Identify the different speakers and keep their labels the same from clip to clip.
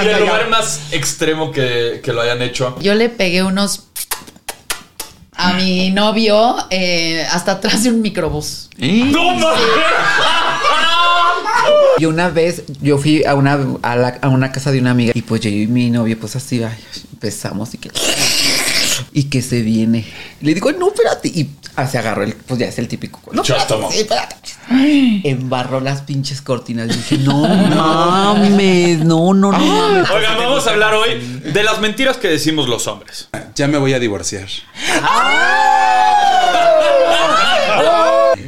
Speaker 1: Y el lugar más extremo que, que lo hayan hecho.
Speaker 2: Yo le pegué unos a mi novio eh, hasta atrás de un microbús.
Speaker 1: ¡No
Speaker 3: Y una vez yo fui a una, a, la- a una casa de una amiga y pues yo y mi novio, pues así, ay, empezamos y que. Y que se viene. Y le digo, no, espérate. Y ah, se agarró el, pues ya es el típico. No, espérate,
Speaker 1: Chóstomo.
Speaker 3: sí, espérate. Embarró las pinches cortinas. Yo dije, no mames, no, no, no. mames.
Speaker 1: Oigan, vamos a hablar hoy de las mentiras que decimos los hombres.
Speaker 4: Ya me voy a divorciar.
Speaker 3: Ah.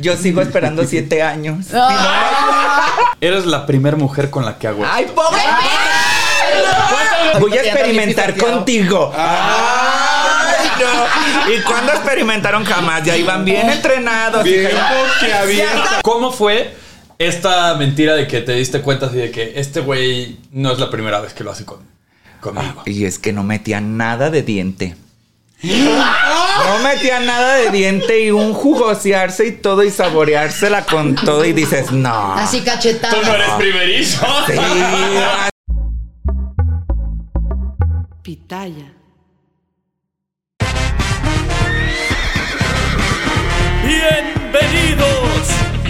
Speaker 3: Yo sigo esperando siete años.
Speaker 1: Eres la primer mujer con la que hago esto.
Speaker 3: ¡Ay, pobre!
Speaker 5: Voy a experimentar contigo. Ay, no. ¿Y cuándo experimentaron jamás? Ya iban bien
Speaker 1: Ah,
Speaker 5: entrenados.
Speaker 4: Bien boquiabierta.
Speaker 1: ¿Cómo fue esta mentira de que te diste cuenta así de que este güey no es la primera vez que lo hace con, conmigo?
Speaker 5: Y es que no metía nada de diente. No metía nada de diente y un jugosearse y todo y saboreársela con todo y dices, no.
Speaker 2: Así cachetada.
Speaker 1: eres primerizo.
Speaker 5: Sí,
Speaker 6: Pitaya.
Speaker 7: Bienvenidos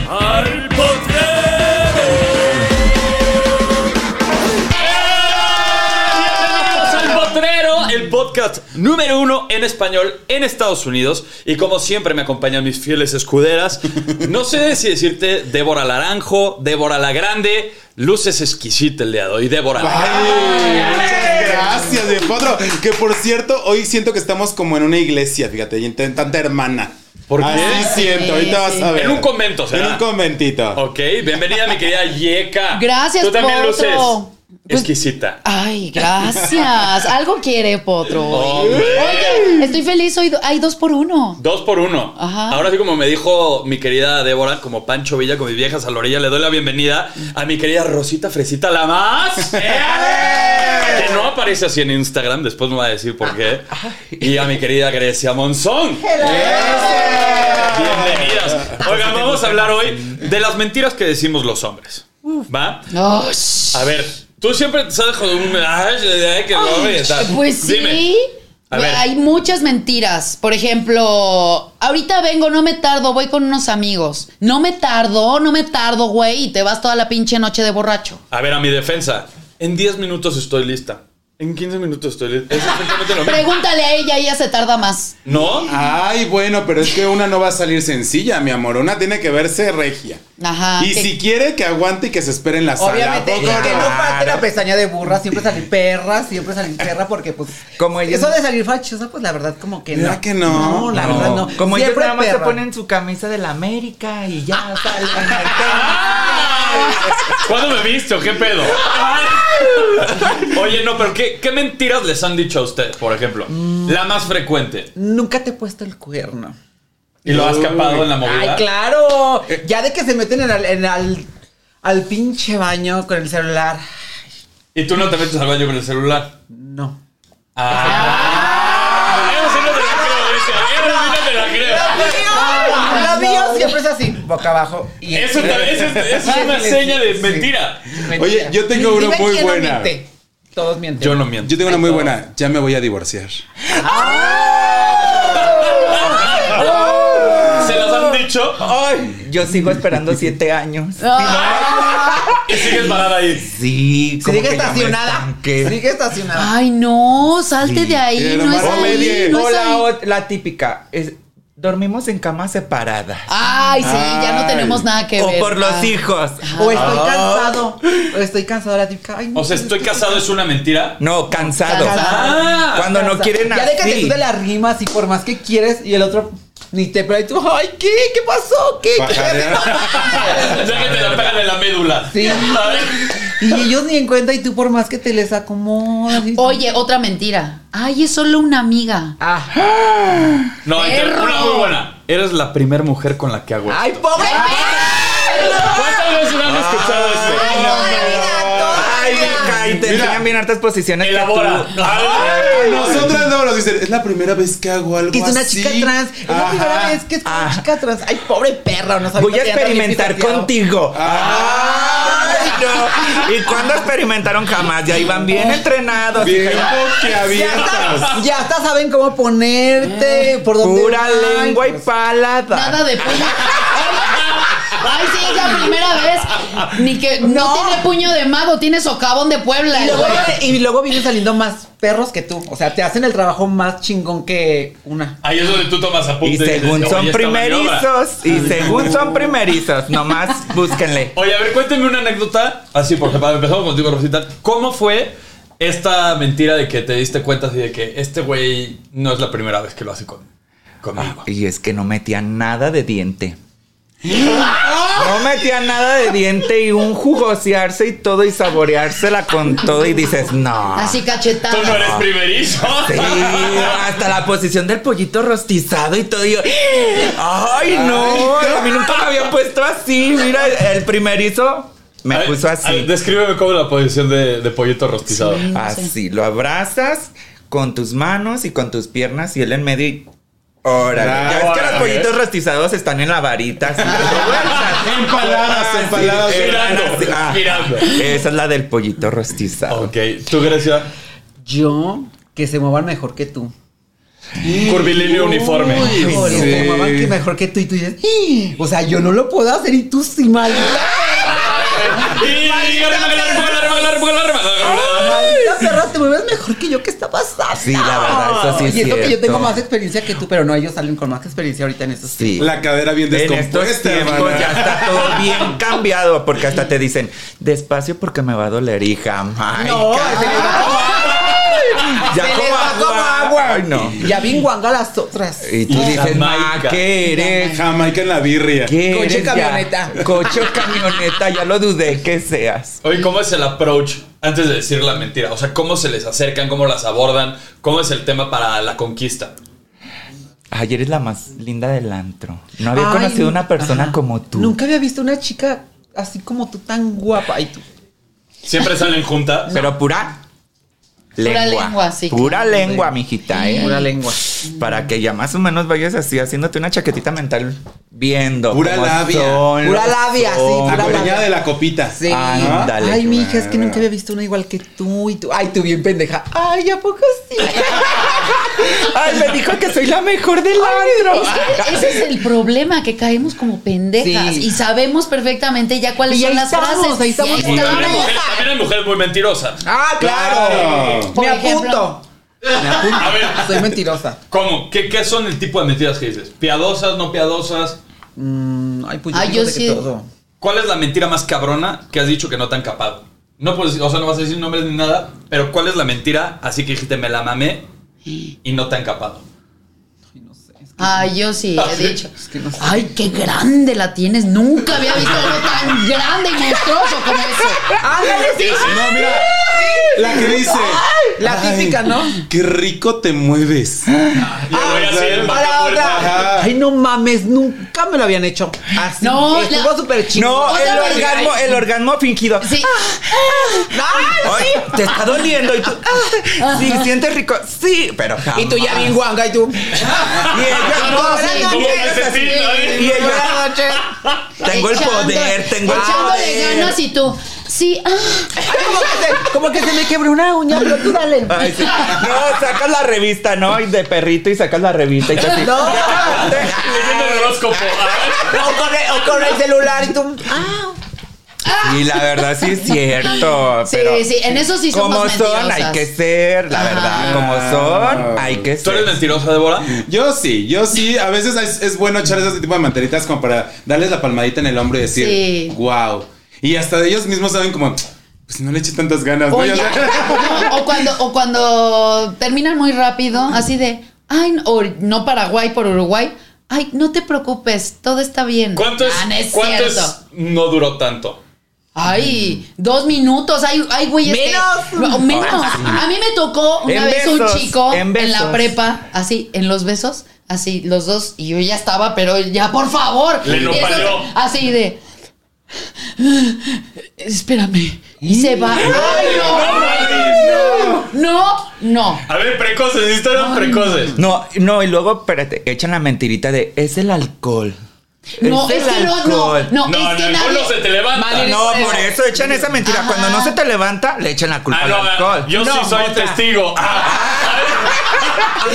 Speaker 7: al potrero.
Speaker 1: Bienvenidos al Potrero, el podcast número uno en español en Estados Unidos. Y como siempre me acompañan mis fieles escuderas. No sé si decirte Débora Laranjo, Débora la Grande. Luces exquisita el día de hoy, Débora. la Grande.
Speaker 4: Ay, muchas gracias, mi potro. Que por cierto, hoy siento que estamos como en una iglesia, fíjate, y en t- tanta hermana.
Speaker 1: ¿Por qué?
Speaker 4: Así siento, ahorita
Speaker 2: sí.
Speaker 4: vas a ver.
Speaker 1: En un convento, ¿será?
Speaker 4: En un conventito.
Speaker 1: Ok, bienvenida mi querida Yeka.
Speaker 2: Gracias,
Speaker 1: Tú también
Speaker 2: Potro.
Speaker 1: luces
Speaker 2: Pues-
Speaker 1: exquisita.
Speaker 2: Ay, gracias. Algo quiere, Potro.
Speaker 1: Hombre.
Speaker 2: Oye, estoy feliz. Hoy do- hay dos por uno.
Speaker 1: Dos por uno.
Speaker 2: Ajá.
Speaker 1: Ahora sí, como me dijo mi querida Débora, como Pancho Villa con mis viejas a la orilla, le doy la bienvenida a mi querida Rosita Fresita la más. ¡Eh! que no aparece así en Instagram, después me va a decir por qué. Y a mi querida Grecia Monzón. Bienvenidas. Oigan, vamos a hablar hoy de las mentiras que decimos los hombres. ¿Va?
Speaker 2: Oh, sh-
Speaker 1: A ver, tú siempre te sabes con un. Ay, ay, que no, y tal.
Speaker 2: pues sí.
Speaker 1: Dime. A ver.
Speaker 2: Hay muchas mentiras. Por ejemplo, ahorita vengo, no me tardo, voy con unos amigos. No me tardo, no me tardo, güey, y te vas toda la pinche noche de borracho.
Speaker 1: A ver, a mi defensa. En 10 minutos estoy lista. En 15 minutos estoy lista. Es exactamente lo mismo.
Speaker 2: Pregúntale a ella, ella se tarda más.
Speaker 1: ¿No?
Speaker 4: Ay, bueno, pero es que una no va a salir sencilla, mi amor. Una tiene que verse regia.
Speaker 2: Ajá.
Speaker 4: y
Speaker 2: que-
Speaker 4: si quiere que aguante y que se espere en la
Speaker 3: Ah, Obviamente,
Speaker 4: sala. ¿a
Speaker 3: que no
Speaker 4: poco no?
Speaker 3: falte la pestaña de burra, siempre salí perra, siempre salí perra, porque pues.
Speaker 5: Como ellos-
Speaker 3: Eso de salir fachosa, pues la verdad, como que
Speaker 4: ¿Verdad
Speaker 3: no.
Speaker 4: que no?
Speaker 3: No, la
Speaker 4: No.
Speaker 3: verdad no.
Speaker 5: Como ellos
Speaker 3: siempre
Speaker 5: nada más se
Speaker 3: perra. Ah,
Speaker 5: ponen su camisa de la América y ya salen al
Speaker 1: Ay, ¿Cuándo me viste o qué pedo? Ay. Oye, no, pero ¿qué, qué mentiras les han dicho a ustedes, por ejemplo?
Speaker 3: Mm.
Speaker 1: La más frecuente.
Speaker 3: Nunca te he puesto el cuerno.
Speaker 1: Y lo has capado en la movida.
Speaker 3: Ay, claro.
Speaker 1: Eh.
Speaker 3: Ya de que se meten en al, en al, al pinche baño con el celular.
Speaker 1: Y tú no te metes al baño con el celular.
Speaker 3: No.
Speaker 1: Ah. Eso sí no te la creo, esa. Eso sí no te la creo.
Speaker 3: Lo mío siempre es así, boca abajo. Y
Speaker 1: Eso también- eso es- eso es una
Speaker 3: Sí,
Speaker 1: seña de
Speaker 3: sí.
Speaker 1: mentira.
Speaker 4: Oye, yo tengo una
Speaker 3: Dime
Speaker 4: muy
Speaker 3: quién no
Speaker 4: buena.
Speaker 3: miente. Todos mienten.
Speaker 1: Yo no miento.
Speaker 4: Yo tengo una muy buena. Ya me voy a divorciar.
Speaker 1: ¿Se las han dicho?
Speaker 5: Yo sigo esperando siete años.
Speaker 2: Ah.
Speaker 1: Y sigues parada ahí.
Speaker 5: Sí, como
Speaker 3: Sigue
Speaker 5: que ya me
Speaker 3: estacionada.
Speaker 5: estanqué.
Speaker 3: Sigue estacionada.
Speaker 2: Ay, no, salte de ahí,
Speaker 4: Quiero
Speaker 2: no es
Speaker 4: más
Speaker 2: ahí,
Speaker 4: comedia.
Speaker 2: no
Speaker 5: O
Speaker 2: es
Speaker 5: la,
Speaker 2: ahí.
Speaker 5: ot- la típica. es- dormimos en camas separadas.
Speaker 2: Ay, sí, ya no
Speaker 4: Ay.
Speaker 2: tenemos nada que
Speaker 5: o
Speaker 2: ver.
Speaker 5: por los
Speaker 2: Ah.
Speaker 5: hijos.
Speaker 3: O estoy cansado. O estoy cansado de la típica. Ay, no,
Speaker 1: Ah.
Speaker 3: pues,
Speaker 1: O sea, estoy casado es una mentira.
Speaker 5: No, cansado.
Speaker 2: Cansado.
Speaker 1: Ah,
Speaker 5: Cuando no
Speaker 3: Cansa-
Speaker 5: quieren
Speaker 3: Ya deja que
Speaker 5: así.
Speaker 3: tú te la rimas y por más que quieres y el otro ni te pero y tú, ay, ¿qué? ¿Qué pasó? ¿Qué?
Speaker 1: Ya que te la pegan en la médula.
Speaker 3: Sí. Y ellos ni en cuenta y tú por más que te les acomodas. y-
Speaker 2: Oye, otra mentira. Ay, es solo una amiga.
Speaker 3: Ah.
Speaker 1: No, y te-
Speaker 2: Perro.
Speaker 1: una muy buena. Eres la primer mujer con la que hago.
Speaker 3: Ay, pobre.
Speaker 1: ¿Cuántas veces han escuchado
Speaker 3: Ay,
Speaker 1: eso?
Speaker 3: toda la vida, toda
Speaker 5: Ay, hija, y te
Speaker 4: Mira.
Speaker 5: enseñan bien hartas posiciones. que
Speaker 1: Elabora.
Speaker 5: tú-
Speaker 1: Ay.
Speaker 4: Nosotras no nos dicen, es la primera vez que hago algo
Speaker 3: Que es una
Speaker 4: así".
Speaker 3: chica trans. Es la
Speaker 4: Ajá.
Speaker 3: primera vez que es una
Speaker 5: Ajá.
Speaker 3: chica trans. Ay, pobre perra. No sabía
Speaker 5: Ah. Voy a
Speaker 3: que andaba bien
Speaker 5: experimentar
Speaker 3: pisoteado.
Speaker 5: contigo. Ay, no. ¿Y cuándo experimentaron jamás? Ya iban bien entrenados.
Speaker 4: Bien
Speaker 5: hija.
Speaker 3: Ya
Speaker 4: boquiabiertas.
Speaker 3: hasta, ya hasta saben cómo ponerte, por dónde.
Speaker 5: Ah. Pura
Speaker 3: vas.
Speaker 5: lengua y palada.
Speaker 2: Nada de puño. Ay, sí, es la primera vez. Ni que no,
Speaker 3: No.
Speaker 2: tiene puño de mago, tiene socavón de Puebla.
Speaker 3: Y
Speaker 2: el
Speaker 3: luego,
Speaker 2: güey.
Speaker 3: y luego vienen saliendo más perros que tú. O sea, te hacen el trabajo más chingón que una.
Speaker 1: Ahí es donde tú tomas
Speaker 5: Y
Speaker 1: apuntes.
Speaker 5: según
Speaker 1: dices,
Speaker 5: son
Speaker 1: "Oye, esta maniobra".
Speaker 5: primerizos, y según son primerizos, nomás búsquenle.
Speaker 1: Oye, a ver, cuénteme una anécdota. Así, por ejemplo, empezamos contigo, Rosita. ¿Cómo fue esta mentira de que te diste cuenta así de que este güey no es la primera vez que lo hace con, conmigo?
Speaker 5: Y es que no metía nada de diente. No metía nada de diente y un jugosearse y todo y saboreársela con todo y dices, no.
Speaker 2: Así
Speaker 1: Tú no
Speaker 2: cachetada.
Speaker 1: eres primerizo.
Speaker 5: Sí, hasta la posición del pollito rostizado y todo. y yo, ay, no, a mí nunca me había puesto así. Mira, el primerizo me
Speaker 1: A ver,
Speaker 5: puso
Speaker 1: a ver,
Speaker 5: así.
Speaker 1: descríbeme cómo la posición de, de pollito rostizado.
Speaker 5: Así, lo abrazas con tus manos y con tus piernas y él en medio y. Órale. ya ves que
Speaker 1: Órale.
Speaker 5: los pollitos rostizados están en la varita. así,
Speaker 4: Empaladas,
Speaker 5: Ah, sí,
Speaker 4: empaladas,
Speaker 5: girando,
Speaker 1: girando,
Speaker 5: ah,
Speaker 1: girando.
Speaker 5: Esa es la del pollito
Speaker 4: Oh.
Speaker 5: rostizado.
Speaker 1: Ok, tú, Grecia,
Speaker 3: Yo, que se muevan mejor que tú.
Speaker 1: curvilíneo uniforme.
Speaker 3: Híjole, se muevan que mejor que tú y tú dices, "Ih", o sea, yo no lo puedo hacer y tú sí, maldita.
Speaker 1: Y- armala, armala, armala, armala, armala.
Speaker 3: Maldita perra, te mueves mejor que yo, ¿qué está pasando?
Speaker 5: Sí, la verdad, eso Ah, sí
Speaker 3: Y
Speaker 5: es
Speaker 3: eso que yo
Speaker 5: cierto.
Speaker 3: tengo más experiencia que tú, pero no, ellos salen con más experiencia ahorita en esos
Speaker 5: Sí.
Speaker 4: La cadera bien
Speaker 5: En estos
Speaker 4: descompuesta,
Speaker 5: tiempos
Speaker 4: hermana.
Speaker 5: ya está todo bien cambiado porque hasta te dicen despacio porque me va a doler hija. Ay,
Speaker 3: No,
Speaker 5: ca-
Speaker 3: se les va como agua.
Speaker 5: ya
Speaker 3: Se
Speaker 5: como
Speaker 3: les va como
Speaker 5: agua.
Speaker 3: agua.
Speaker 5: Ay, no.
Speaker 3: Ya vi en guanga las otras.
Speaker 5: Y tú dices, ma,
Speaker 1: Jamaica.
Speaker 5: ¿qué eres?
Speaker 4: Jamaica en la birria.
Speaker 5: ¿Qué
Speaker 3: Coche
Speaker 5: eres ya?
Speaker 3: camioneta.
Speaker 5: Coche camioneta, ya lo dudé que seas.
Speaker 1: Oye, ¿cómo es el approach antes de decir la mentira? O sea, ¿cómo se les acercan? ¿Cómo las abordan? ¿Cómo es el tema para la conquista?
Speaker 5: Ayer eres la más linda del antro. No había
Speaker 3: Ay,
Speaker 5: conocido una persona
Speaker 3: ajá.
Speaker 5: como tú.
Speaker 3: Nunca había visto una chica así como tú tan guapa. Y tú,
Speaker 1: ¿Siempre salen juntas?
Speaker 5: Pero pura lengua.
Speaker 2: lengua, sí,
Speaker 5: Pura
Speaker 2: claro.
Speaker 5: lengua, mijita, ¿eh?
Speaker 3: pura lengua.
Speaker 5: Para que ya más o menos vayas así haciéndote una chaquetita mental viendo.
Speaker 4: Pura
Speaker 5: cómo
Speaker 4: labia.
Speaker 5: son
Speaker 3: Pura
Speaker 5: los
Speaker 3: labia, sí,
Speaker 5: hombres.
Speaker 3: pura labia.
Speaker 4: Acompañada de la copita. Ah,
Speaker 3: Sí.
Speaker 5: Ándale.
Speaker 3: Ay, mi hija, es que nunca había visto una igual que tú. Y tú, ay, tú bien pendeja. Ay, ¿a poco sí?
Speaker 5: Ay, me dijo que soy la mejor del antro.
Speaker 2: Es que ese es el problema, que caemos como pendejas
Speaker 3: Sí.
Speaker 2: y sabemos perfectamente ya cuáles
Speaker 3: Y
Speaker 2: son
Speaker 3: ahí
Speaker 2: las
Speaker 3: estamos,
Speaker 2: frases.
Speaker 3: ahí estamos.
Speaker 2: Y
Speaker 1: Y
Speaker 2: ahí
Speaker 1: también,
Speaker 2: estamos.
Speaker 1: hay mujeres, también hay mujeres muy mentirosas.
Speaker 3: Ah,
Speaker 4: Claro.
Speaker 2: Por
Speaker 3: Me
Speaker 2: ejemplo.
Speaker 3: apunto. Me apunto.
Speaker 1: A ver.
Speaker 3: Soy mentirosa.
Speaker 1: ¿Cómo? ¿Qué, ¿Qué son el tipo de mentiras que dices? ¿Piadosas, no piadosas?
Speaker 3: Mm, ay, pues yo,
Speaker 2: Ay,
Speaker 3: digo
Speaker 2: Ah, yo
Speaker 3: de
Speaker 2: sí.
Speaker 3: que todo.
Speaker 1: ¿Cuál es la mentira más cabrona que has dicho que no te han capado? No puedes, o sea, no vas a decir nombres ni nada, pero ¿cuál es la mentira? Así que dijiste, me la mamé y no te han capado.
Speaker 3: Ay, no sé. es que-
Speaker 2: Ay, yo sí,
Speaker 1: Ah,
Speaker 2: he
Speaker 1: sí.
Speaker 2: dicho.
Speaker 3: Es que no sé.
Speaker 2: Ay, qué grande la tienes. Nunca había visto algo tan grande y monstruoso como eso.
Speaker 3: Ándale, sí.
Speaker 4: No, mira. La que dice.
Speaker 3: La
Speaker 4: "Ay,
Speaker 3: típica, ¿no?
Speaker 4: Qué rico te mueves.
Speaker 1: Y el güey
Speaker 4: Ah,
Speaker 1: así,
Speaker 4: claro.
Speaker 1: el
Speaker 3: Para
Speaker 1: vaca muerta.
Speaker 3: otra. Ay, no mames, nunca me lo habían hecho. Así.
Speaker 2: No,
Speaker 3: Estuvo
Speaker 2: la-
Speaker 3: súper chido.
Speaker 5: No,
Speaker 2: O sea,
Speaker 5: el
Speaker 2: porque-
Speaker 5: orgasmo, el orgasmo fingido.
Speaker 2: Sí.
Speaker 5: Ay, te está doliendo y tú. ah, sí, sientes rico. Sí, pero jamás.
Speaker 3: Y tú ya bien guanga y tú.
Speaker 5: Y ella
Speaker 2: no,
Speaker 5: no,
Speaker 2: sí,
Speaker 5: sí,
Speaker 2: tú
Speaker 5: y
Speaker 1: ¿Cómo
Speaker 5: ella
Speaker 1: me
Speaker 5: es así.
Speaker 1: sentí, no?
Speaker 5: Y ella,
Speaker 3: Buenas noches.
Speaker 5: tengo el
Speaker 2: Echando-
Speaker 5: poder, tengo el
Speaker 2: Echándole
Speaker 5: poder.
Speaker 2: ganas y tú. Sí, ah.
Speaker 3: Ay, como que se- Como que se me quebró una uña, pero tú dale.
Speaker 5: Ay, sí. No, sacas la revista, ¿no? Y de perrito y sacas la revista y tú así.
Speaker 3: No.
Speaker 1: Leyendo el horóscopo. A ver.
Speaker 3: O con, el, o con el celular y tú. Ah.
Speaker 5: Y la verdad sí es cierto.
Speaker 2: Sí,
Speaker 5: pero
Speaker 2: sí, en eso sí somos
Speaker 5: Como son, hay
Speaker 2: mentirosas.
Speaker 5: que ser, la verdad. Como son, hay que
Speaker 1: ¿Tú eres
Speaker 5: ser.
Speaker 1: mentirosa, Débora?
Speaker 4: Yo sí, yo sí. A veces es, es bueno echar ese tipo de manteritas como para darles la palmadita en el hombro y decir,
Speaker 2: Sí.
Speaker 4: wow. Y hasta ellos mismos saben como, pues no le eché tantas ganas. ¿no?
Speaker 2: Oye,
Speaker 4: Ya sabes.
Speaker 2: no, o, cuando, o cuando terminan muy rápido, así de, ay, no- o no Paraguay por Uruguay, ay, no te preocupes, todo está bien.
Speaker 1: ¿Cuánto es,
Speaker 2: Ah, no es
Speaker 1: cuánto es
Speaker 2: cierto.
Speaker 1: no duró tanto?
Speaker 2: Ay, dos minutos, ay, ay, güey. este-
Speaker 5: Menos.
Speaker 2: No, menos. A mí me tocó una
Speaker 5: En
Speaker 2: vez
Speaker 5: besos,
Speaker 2: un chico
Speaker 5: en
Speaker 2: en,
Speaker 5: besos.
Speaker 2: la prepa, así, en los besos, así, los dos, y yo ya estaba, pero ya, por favor.
Speaker 1: Le
Speaker 2: Y
Speaker 1: nopaleó.
Speaker 2: eso- Así de. "Ah, Espérame. Y se va. Ay, no, no, no.
Speaker 1: A ver, precoces, historias precoces.
Speaker 5: No, no, y luego, espérate, echan la mentirita de es el alcohol.
Speaker 2: No, es
Speaker 5: el
Speaker 2: que no, no,
Speaker 5: alcohol.
Speaker 2: no,
Speaker 1: No,
Speaker 2: es que
Speaker 1: no, el
Speaker 2: nadie.
Speaker 1: pueblo se te levanta.
Speaker 2: Madre,
Speaker 5: No,
Speaker 2: es-
Speaker 5: por eso echan esa mentira.
Speaker 2: Ah, Ajá.
Speaker 5: Cuando no se te levanta, le echan la culpa
Speaker 1: Ah,
Speaker 5: al alcohol.
Speaker 1: no, yo sí
Speaker 5: No,
Speaker 1: soy
Speaker 5: otra.
Speaker 1: testigo. Ah, a ver.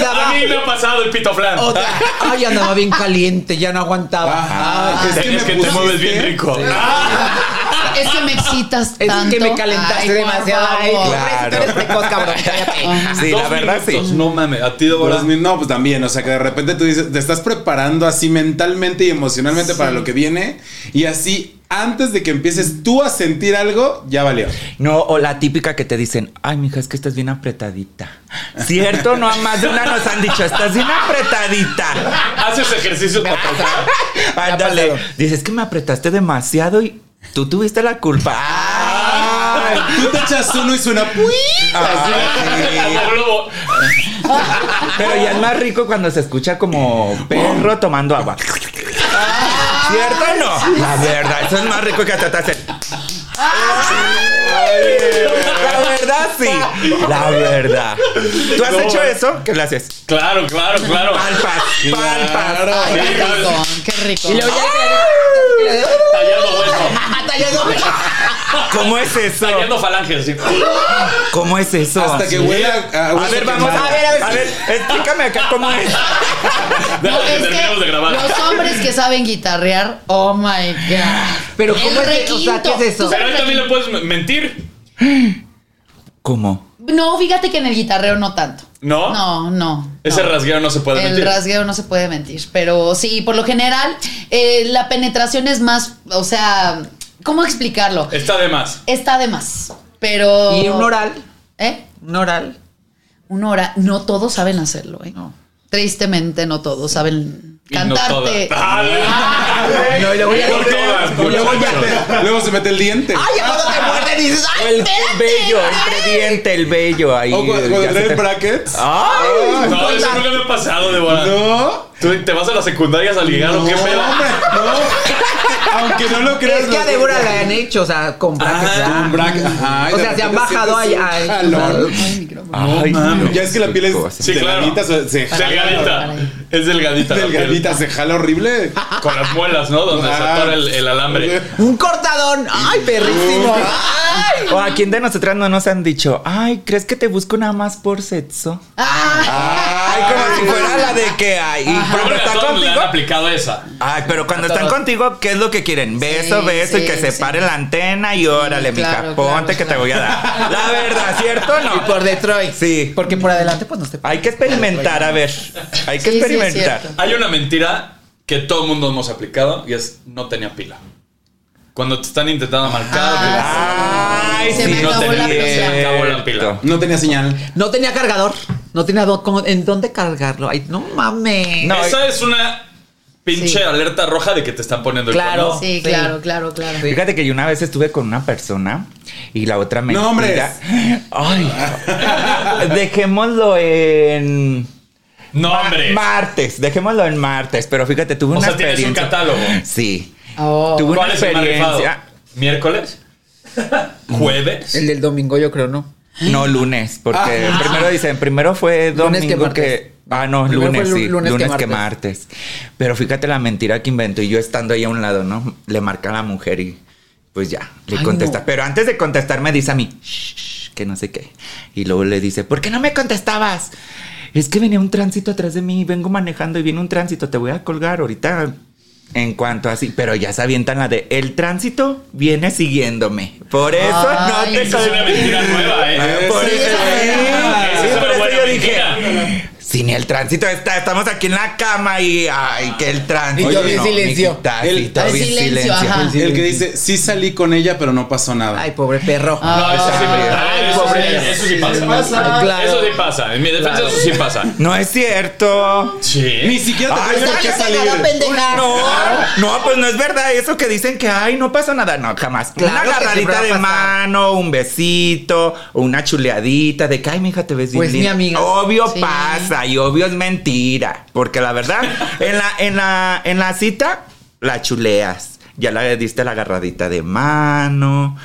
Speaker 1: a mí me ha pasado el pito flan.
Speaker 3: Oh, Ay, andaba bien caliente, ya no aguantaba.
Speaker 4: Ajá,
Speaker 3: Ay,
Speaker 4: es que
Speaker 1: es
Speaker 4: me
Speaker 1: que te
Speaker 4: pusiste-
Speaker 1: mueves bien rico. Ah,
Speaker 2: Es que me excitas
Speaker 3: Es
Speaker 2: tanto.
Speaker 3: que me calentaste
Speaker 2: Ay, por
Speaker 3: demasiado. Ay,
Speaker 2: favor.
Speaker 3: claro. Tú eres precoz, cabrón. cállate.
Speaker 5: Sí,
Speaker 1: dos
Speaker 5: la verdad
Speaker 1: minutos,
Speaker 5: sí.
Speaker 1: No mames, a ti
Speaker 4: Ahora
Speaker 1: Débora.
Speaker 4: es mi- No, pues también, o sea que de repente tú dices, te estás preparando así mentalmente y emocionalmente para lo que viene y así antes de que empieces tú a sentir algo, ya valió.
Speaker 5: No, o la típica que te dicen, ay, mija, es que estás bien apretadita. Cierto, no, a más de una nos han dicho, estás bien apretadita.
Speaker 1: ¿Haces ejercicio para tocar?
Speaker 5: Ándale. Dices "Es que me apretaste demasiado y tú tuviste la culpa. Ay.
Speaker 4: Tú te echas uno y suena "Pui".
Speaker 5: Ah,
Speaker 4: Así.
Speaker 1: Como globo.
Speaker 5: Pero ya es más rico cuando se escucha como perro tomando agua. ¿Cierto o no? La verdad, eso es más rico que hasta te hace- La verdad, sí. La verdad. ¿Tú has
Speaker 1: No.
Speaker 5: hecho eso? ¿Qué le haces?
Speaker 1: Claro, claro, claro.
Speaker 5: Palpas, palpas.
Speaker 2: Ay,
Speaker 1: Sí,
Speaker 2: qué
Speaker 1: claro.
Speaker 2: rico, qué rico.
Speaker 1: Tallando hueso.
Speaker 5: ¿Cómo es eso?
Speaker 1: Tallando falanges. sí.
Speaker 5: ¿Cómo es eso?
Speaker 4: Hasta que huela a,
Speaker 5: A ver, vamos a ver, a ver. A ver, explícame acá cómo es.
Speaker 1: Deja
Speaker 2: No,
Speaker 1: que
Speaker 2: es que
Speaker 1: terminemos de grabar.
Speaker 2: Los hombres que saben guitarrear, oh my god.
Speaker 3: Pero ¿cómo
Speaker 2: El
Speaker 3: es que- o sea,
Speaker 2: requinto.
Speaker 3: qué es eso?
Speaker 2: ¿Tú
Speaker 1: Pero
Speaker 2: sabes
Speaker 1: ahí también
Speaker 2: requinto?
Speaker 1: le puedes mentir.
Speaker 5: ¿Cómo?
Speaker 2: No, fíjate que en el guitarreo no tanto.
Speaker 1: ¿No?
Speaker 2: No, no.
Speaker 1: Ese
Speaker 2: no.
Speaker 1: rasgueo no se puede
Speaker 2: El
Speaker 1: mentir.
Speaker 2: rasgueo no se puede mentir, pero sí, por lo general, eh, la penetración es más, o sea, ¿cómo explicarlo?
Speaker 1: Está de más.
Speaker 2: Está de más, pero...
Speaker 3: Y un oral,
Speaker 2: ¿Eh?
Speaker 3: un oral.
Speaker 2: Un oral, no todos saben hacerlo, ¿eh? Tristemente no todos saben
Speaker 1: Y no
Speaker 2: cantarte.
Speaker 1: todas. Ah,
Speaker 3: No, y luego ya-
Speaker 1: No todas,
Speaker 3: y luego ya-
Speaker 4: Luego se mete el diente.
Speaker 3: Ay, ya cuando te muerden dices,
Speaker 5: O
Speaker 3: ay,
Speaker 5: El, el
Speaker 2: espérate,
Speaker 5: bello, el
Speaker 2: ay.
Speaker 5: prediente, el bello ahí.
Speaker 4: o cu-
Speaker 5: ya Ah,
Speaker 4: cuando
Speaker 5: se
Speaker 4: traen
Speaker 5: te-
Speaker 4: brackets.
Speaker 5: ¡Ay!
Speaker 1: No, eso nunca me ha pasado, Débora.
Speaker 4: No.
Speaker 1: ¿Tú te vas a las secundarias a ligar o qué
Speaker 4: No,
Speaker 1: pedo?
Speaker 4: hombre, no. Aunque no lo creas.
Speaker 3: Es que a
Speaker 4: los-
Speaker 3: Débora la han hecho, o sea, con brackets.
Speaker 4: Ajá,
Speaker 3: ¿verdad?
Speaker 4: con brackets, ajá, y
Speaker 3: O
Speaker 4: de
Speaker 3: sea, se han
Speaker 4: repente
Speaker 3: bajado ahí.
Speaker 4: sientes un jalón.
Speaker 5: Ay,
Speaker 4: Mami, ya es que la piel es
Speaker 1: Sí, claro.
Speaker 4: delgadita, se- se jala.
Speaker 1: Delgadita. Es delgadita. la piel.
Speaker 4: Delgadita, se jala horrible.
Speaker 1: Con las muelas, ¿no? Donde se
Speaker 4: Ah.
Speaker 1: atora el, el alambre.
Speaker 3: Un cortadón. Ay, perrísimo. Ay.
Speaker 5: O a quién de nosotras no nos han dicho, ay, ¿crees que te busco nada más por sexo? Ay, como si fuera la de que ay, y cuando
Speaker 1: Creo que a
Speaker 5: están
Speaker 1: todos le han
Speaker 5: contigo.
Speaker 1: aplicado esa.
Speaker 5: Ay, pero cuando están contigo, ¿qué es lo que quieren? Beso,
Speaker 2: Sí,
Speaker 5: beso, y
Speaker 2: sí,
Speaker 5: que se
Speaker 2: sí.
Speaker 5: pare la antena y órale, mija,
Speaker 2: claro,
Speaker 5: ponte
Speaker 2: claro,
Speaker 5: que te
Speaker 2: claro.
Speaker 5: voy a dar. La verdad, ¿cierto o no?
Speaker 3: Y por Detroit.
Speaker 5: Sí.
Speaker 3: Porque por adelante, pues no se
Speaker 5: Hay que experimentar, a ver. Hay
Speaker 2: Sí,
Speaker 5: que
Speaker 2: sí, es
Speaker 5: experimentar.
Speaker 2: cierto.
Speaker 1: Hay una mentira que todo el mundo hemos aplicado y es no tenía pila. Cuando te están intentando marcar, "Ah,
Speaker 5: Ay,
Speaker 2: Se
Speaker 5: sí,
Speaker 2: me
Speaker 5: no
Speaker 2: acabó
Speaker 5: tenía
Speaker 2: la pila.
Speaker 1: Se me acabó la pila.
Speaker 4: No tenía señal.
Speaker 3: No tenía cargador. No tenía do- cómo- en dónde cargarlo. Ay, no mames.
Speaker 5: No,
Speaker 1: esa es una pinche
Speaker 2: Sí.
Speaker 1: alerta roja de que te están poniendo el
Speaker 3: Claro.
Speaker 1: cuerno.
Speaker 2: Sí,
Speaker 3: Sí.
Speaker 2: claro, claro, claro.
Speaker 5: Fíjate que yo una vez estuve con una persona y la otra me.
Speaker 4: Nombres.
Speaker 5: Ay. Dejémoslo en.
Speaker 1: No, hombre.
Speaker 5: Martes. Dejémoslo en martes. Pero fíjate, tuve
Speaker 1: O
Speaker 5: una
Speaker 1: sea, tienes un
Speaker 5: experiencia.
Speaker 1: catálogo.
Speaker 5: Sí.
Speaker 2: Oh.
Speaker 5: Tuve una
Speaker 1: ¿Cuál es el más rifado?
Speaker 5: experiencia.
Speaker 1: ¿Miércoles? ¿Jueves?
Speaker 3: El del domingo, yo creo, no.
Speaker 5: No, lunes. Porque primero dicen, primero fue
Speaker 3: Ah. Lunes que
Speaker 5: domingo que.
Speaker 3: martes.
Speaker 5: Ah, no,
Speaker 3: Primero
Speaker 5: lunes,
Speaker 3: fue
Speaker 5: sí.
Speaker 3: lu- lunes
Speaker 5: Lunes,
Speaker 3: que
Speaker 5: que, martes.
Speaker 3: martes.
Speaker 5: Pero fíjate la mentira que inventó. Y yo estando ahí a un lado, ¿no? Le marca a la mujer y pues ya, le
Speaker 3: Ay,
Speaker 5: contesta.
Speaker 3: no.
Speaker 5: Pero antes de contestar me dice a mí, "Shh, que no sé qué. Y luego le dice, ¿por qué no me contestabas? Es que venía un tránsito atrás de mí, vengo manejando y viene un tránsito, te voy a colgar ahorita. En cuanto así, pero ya se avientan la de el tránsito viene siguiéndome. Por eso
Speaker 2: Ay,
Speaker 5: no te
Speaker 2: esa
Speaker 1: Esa es una mentira nueva, ¿eh?
Speaker 5: Por
Speaker 4: Sí,
Speaker 5: eso,
Speaker 4: esa
Speaker 5: sí,
Speaker 1: es una
Speaker 5: por eso
Speaker 1: buena
Speaker 5: yo dije.
Speaker 1: mentira.
Speaker 5: Sin el tránsito está, estamos aquí en la cama y ay, que el tránsito.
Speaker 3: Y yo bien silencio.
Speaker 5: mijita,
Speaker 4: El-
Speaker 5: sí, todo
Speaker 2: el
Speaker 5: bien
Speaker 2: silencio,
Speaker 5: silencio.
Speaker 2: ajá.
Speaker 4: El que dice, sí salí con ella, pero no pasó nada.
Speaker 3: Ay, pobre perro.
Speaker 2: Ah,
Speaker 1: No, eso sí, Ah,
Speaker 3: Ay,
Speaker 1: eso, sí,
Speaker 3: pobre.
Speaker 1: eso sí pasa.
Speaker 3: Ay, claro.
Speaker 1: Eso sí pasa. En mi defensa,
Speaker 3: Claro.
Speaker 1: eso sí pasa.
Speaker 5: No es cierto.
Speaker 4: Ni
Speaker 1: Sí.
Speaker 4: siquiera te
Speaker 5: Ay,
Speaker 4: tienes por
Speaker 5: cállate,
Speaker 4: qué
Speaker 2: cada
Speaker 4: salir.
Speaker 2: pendeja.
Speaker 5: No, no, pues no es verdad eso que dicen que ay, no pasa nada, no, jamás. una
Speaker 3: Claro que siempre va
Speaker 5: agarradita
Speaker 3: a
Speaker 5: de
Speaker 3: pasar.
Speaker 5: mano, un besito, una chuleadita de que ay, mija, te ves bien
Speaker 3: Pues, mi
Speaker 5: linda".
Speaker 3: amiga.
Speaker 5: Obvio
Speaker 2: Sí.
Speaker 5: pasa y obvio es mentira, porque la verdad en la en la en la cita la chuleas. Ya le diste la agarradita de mano.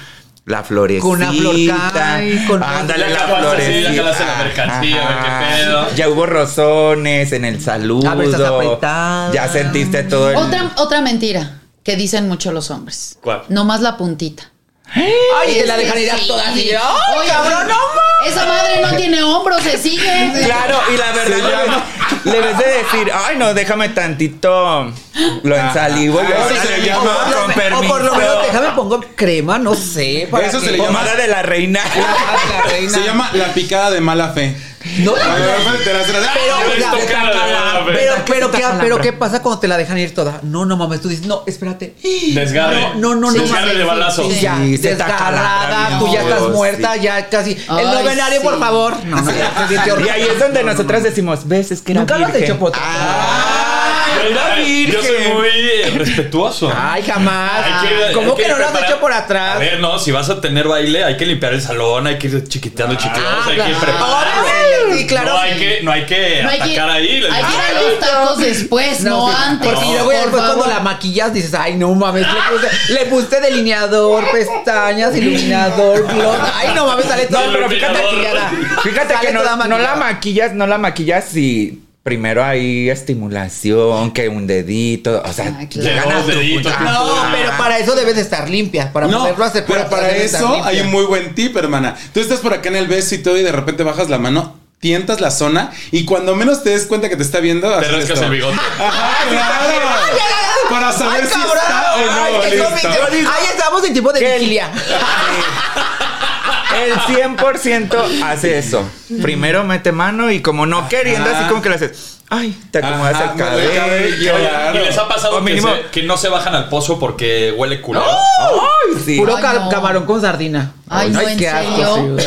Speaker 5: La florecita.
Speaker 3: Con una flor cae, con-
Speaker 5: Ándale,
Speaker 1: Ya
Speaker 5: la
Speaker 1: acabaste, sí, ya
Speaker 5: florecita.
Speaker 1: acabaste la mercancía, a ver qué
Speaker 5: Ajá.
Speaker 1: pedo.
Speaker 5: Ya hubo rozones en el saludo.
Speaker 3: A ver, Ah, estás apretada.
Speaker 5: Ya sentiste todo el...
Speaker 2: Otra, otra mentira que dicen mucho los hombres.
Speaker 1: ¿Cuál?
Speaker 2: Nomás la puntita.
Speaker 5: ¡Ah!
Speaker 3: Ay, te la dejan ir a
Speaker 2: Sí.
Speaker 3: todas y yo,
Speaker 2: Oye,
Speaker 3: ¡ay, cabrón, no mames!
Speaker 2: Esa madre no tiene hombros, se sigue.
Speaker 5: Claro, y la verdad
Speaker 4: Se llama-
Speaker 5: le, le ves de decir, ay no, déjame tantito, lo
Speaker 3: Ah,
Speaker 5: ensalivo y
Speaker 4: Eso
Speaker 5: ahora
Speaker 4: se
Speaker 5: le
Speaker 4: llama-
Speaker 5: digo, con
Speaker 3: O
Speaker 5: permiso.
Speaker 3: por lo menos déjame pongo crema, no sé. para
Speaker 4: Eso se
Speaker 3: que-
Speaker 4: le llama-
Speaker 5: Pomada de la reina.
Speaker 3: Ay, la reina.
Speaker 4: Se llama la picada de mala fe.
Speaker 3: No,
Speaker 4: A ver,
Speaker 3: pero,
Speaker 4: te la- te la-
Speaker 1: Pero
Speaker 3: la-
Speaker 1: esto cara de mala fe.
Speaker 3: pero, pero, ¿qué, pero ¿qué pasa cuando te la dejan ir toda? No, no mames, tú dices, no, espérate.
Speaker 1: Desgarre.
Speaker 3: No, no, no.
Speaker 1: Desgarre
Speaker 3: mames.
Speaker 1: de balazo.
Speaker 3: Sí, ya,
Speaker 5: Sí, se te aclara,
Speaker 3: desgarrada, tú ya
Speaker 5: no,
Speaker 3: estás
Speaker 5: sí.
Speaker 3: muerta, ya casi.
Speaker 2: Ay,
Speaker 3: el novenario,
Speaker 2: sí.
Speaker 3: por favor. No, no, ya se siente
Speaker 5: Y
Speaker 3: horrible.
Speaker 5: ahí es donde nosotras decimos, ves, es que era
Speaker 3: Nunca lo has
Speaker 5: virgen".
Speaker 3: hecho, poto.
Speaker 5: Ah, era
Speaker 1: Yo soy
Speaker 5: virgen.
Speaker 1: muy eh, respetuoso.
Speaker 3: Ay, jamás.
Speaker 1: Hay que- hay
Speaker 3: ¿Cómo que, no lo has
Speaker 1: preparar-
Speaker 3: hecho por
Speaker 1: A
Speaker 3: atrás?
Speaker 1: ver, no, si vas a tener baile, hay que limpiar el salón, hay que ir chiquiteando chiquitos, hay que ir preparando.
Speaker 3: Ay, Ah, sí, claro.
Speaker 1: no, hay que, no hay que
Speaker 2: No hay que,
Speaker 1: atacar ahí. les
Speaker 2: hay que
Speaker 1: digo.
Speaker 2: ir a los tacos después, no,
Speaker 3: sí.
Speaker 2: antes.
Speaker 3: Porque
Speaker 2: por
Speaker 3: luego ya después
Speaker 2: favor.
Speaker 3: cuando la maquillas dices, ay, no mames, le puse, le puse delineador, pestañas, iluminador, blog. Ay, no mames, sale
Speaker 5: No,
Speaker 3: todo.
Speaker 5: pero fíjate,
Speaker 1: Iluminador.
Speaker 5: fíjate
Speaker 3: Sale
Speaker 5: que no,
Speaker 3: toda
Speaker 5: no la
Speaker 3: maquillada.
Speaker 5: maquillas, no la maquillas si primero hay estimulación, que un dedito, o sea,
Speaker 2: Ay, claro.
Speaker 5: llegan
Speaker 1: Dos
Speaker 5: a tu
Speaker 1: deditos,
Speaker 5: punto.
Speaker 3: No, pero para eso debes de estar limpia, para
Speaker 4: No,
Speaker 3: poderlo hacer. por
Speaker 4: pero
Speaker 3: atrás
Speaker 4: para
Speaker 3: debes estar
Speaker 4: eso
Speaker 3: limpia.
Speaker 4: hay un muy buen tip, hermana. Tú estás por acá en el beso y todo y de repente bajas la mano, tientas la zona y cuando menos te des cuenta que te está viendo...
Speaker 1: Te
Speaker 4: haces
Speaker 1: rascas
Speaker 4: esto.
Speaker 1: el bigote.
Speaker 4: Ajá, claro. Para saber
Speaker 3: Ay,
Speaker 4: si
Speaker 3: cabrón,
Speaker 4: está o no.
Speaker 3: ay, que
Speaker 4: listo.
Speaker 3: son veinte- Ahí estamos en tipo de
Speaker 5: ¿Qué?
Speaker 3: vigilia.
Speaker 5: El 100% hace eso. Primero mete mano y como no queriendo, así como que le haces, ay, te acomodas
Speaker 4: Ajá,
Speaker 5: el
Speaker 4: me doy
Speaker 5: cabello.
Speaker 4: cabello, claro.
Speaker 1: Y les ha
Speaker 5: O
Speaker 1: pasado que,
Speaker 5: mínimo-
Speaker 1: se- que no se bajan al pozo porque huele culo.
Speaker 5: Ay, sí.
Speaker 3: Puro
Speaker 2: Ay,
Speaker 3: ca-
Speaker 2: no.
Speaker 3: camarón con sardina.
Speaker 2: Ay, no, en
Speaker 3: qué asco,
Speaker 2: serio.
Speaker 3: sí.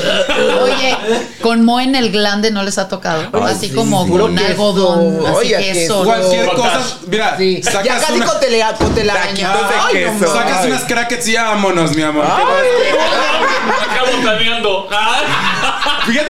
Speaker 2: Oye, con mo en el glande no les ha tocado. así como
Speaker 3: Puro
Speaker 2: con
Speaker 3: queso.
Speaker 2: algodón, así
Speaker 3: Oye,
Speaker 2: queso.
Speaker 3: queso.
Speaker 4: Cualquier
Speaker 1: Cortas.
Speaker 4: cosa, mira,
Speaker 3: Sí. Ya
Speaker 4: sacas,
Speaker 3: casi
Speaker 4: una-
Speaker 3: con telea, con telaraña.
Speaker 5: Taquitos de
Speaker 3: Ay, Ah, no
Speaker 5: queso.
Speaker 3: mames.
Speaker 4: sacas unas crackets y vámonos, mi amor.
Speaker 1: Acabo planeando.
Speaker 4: Fíjate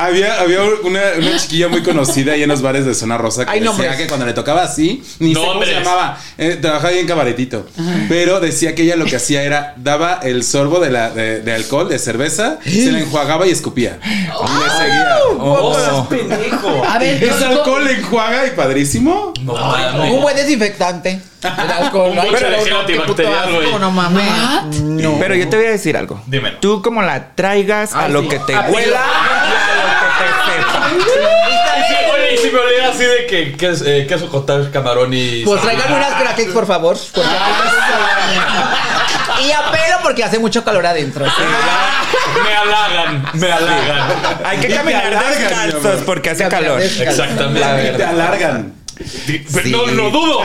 Speaker 4: Había, había una, una chiquilla muy conocida ahí en los bares de Zona Rosa que
Speaker 3: ¿Eh? Hay
Speaker 4: decía
Speaker 3: nombres.
Speaker 4: que cuando le tocaba así, ni sé cómo se
Speaker 1: Nombres.
Speaker 4: llamaba, eh, trabajaba ahí en cabaretito, pero decía que ella lo que hacía era daba el sorbo de, la, de, de alcohol, de cerveza,
Speaker 3: ¿Eh?
Speaker 4: se la enjuagaba y escupía. Y le seguía.
Speaker 1: ¡Oh, pendejo!
Speaker 2: A ver,
Speaker 4: ¿Es
Speaker 2: yo-
Speaker 4: alcohol le enjuaga y padrísimo?
Speaker 1: No, mames.
Speaker 3: Un buen desinfectante. El alcohol.
Speaker 1: Un
Speaker 3: Ay,
Speaker 1: boche de
Speaker 3: pero
Speaker 1: gel
Speaker 3: no, qué puto
Speaker 1: antibacterial,
Speaker 3: asco,
Speaker 1: güey.
Speaker 3: No mames.
Speaker 5: Pero yo te voy a decir algo.
Speaker 1: Dímelo.
Speaker 5: Tú como la traigas a
Speaker 3: Ay,
Speaker 5: lo
Speaker 3: sí.
Speaker 5: que te
Speaker 3: Ah,
Speaker 5: huela y a lo que te sepa.
Speaker 1: Y si, oye, y si me oliera así de que que es, eh, queso cotar camarón y.
Speaker 3: Pues traigan unas crackets, por favor. porque- Y apelo porque hace mucho calor adentro. sí.
Speaker 1: Me halagan, me halagan.
Speaker 5: Hay
Speaker 4: Y
Speaker 5: que
Speaker 4: te
Speaker 5: caminar
Speaker 4: alargan, mi
Speaker 5: descalzos
Speaker 4: amor.
Speaker 5: porque hace
Speaker 3: Caminar
Speaker 5: calor.
Speaker 3: descalzos.
Speaker 4: Y
Speaker 1: Exactamente.
Speaker 4: te alargan.
Speaker 1: Pero No lo dudo.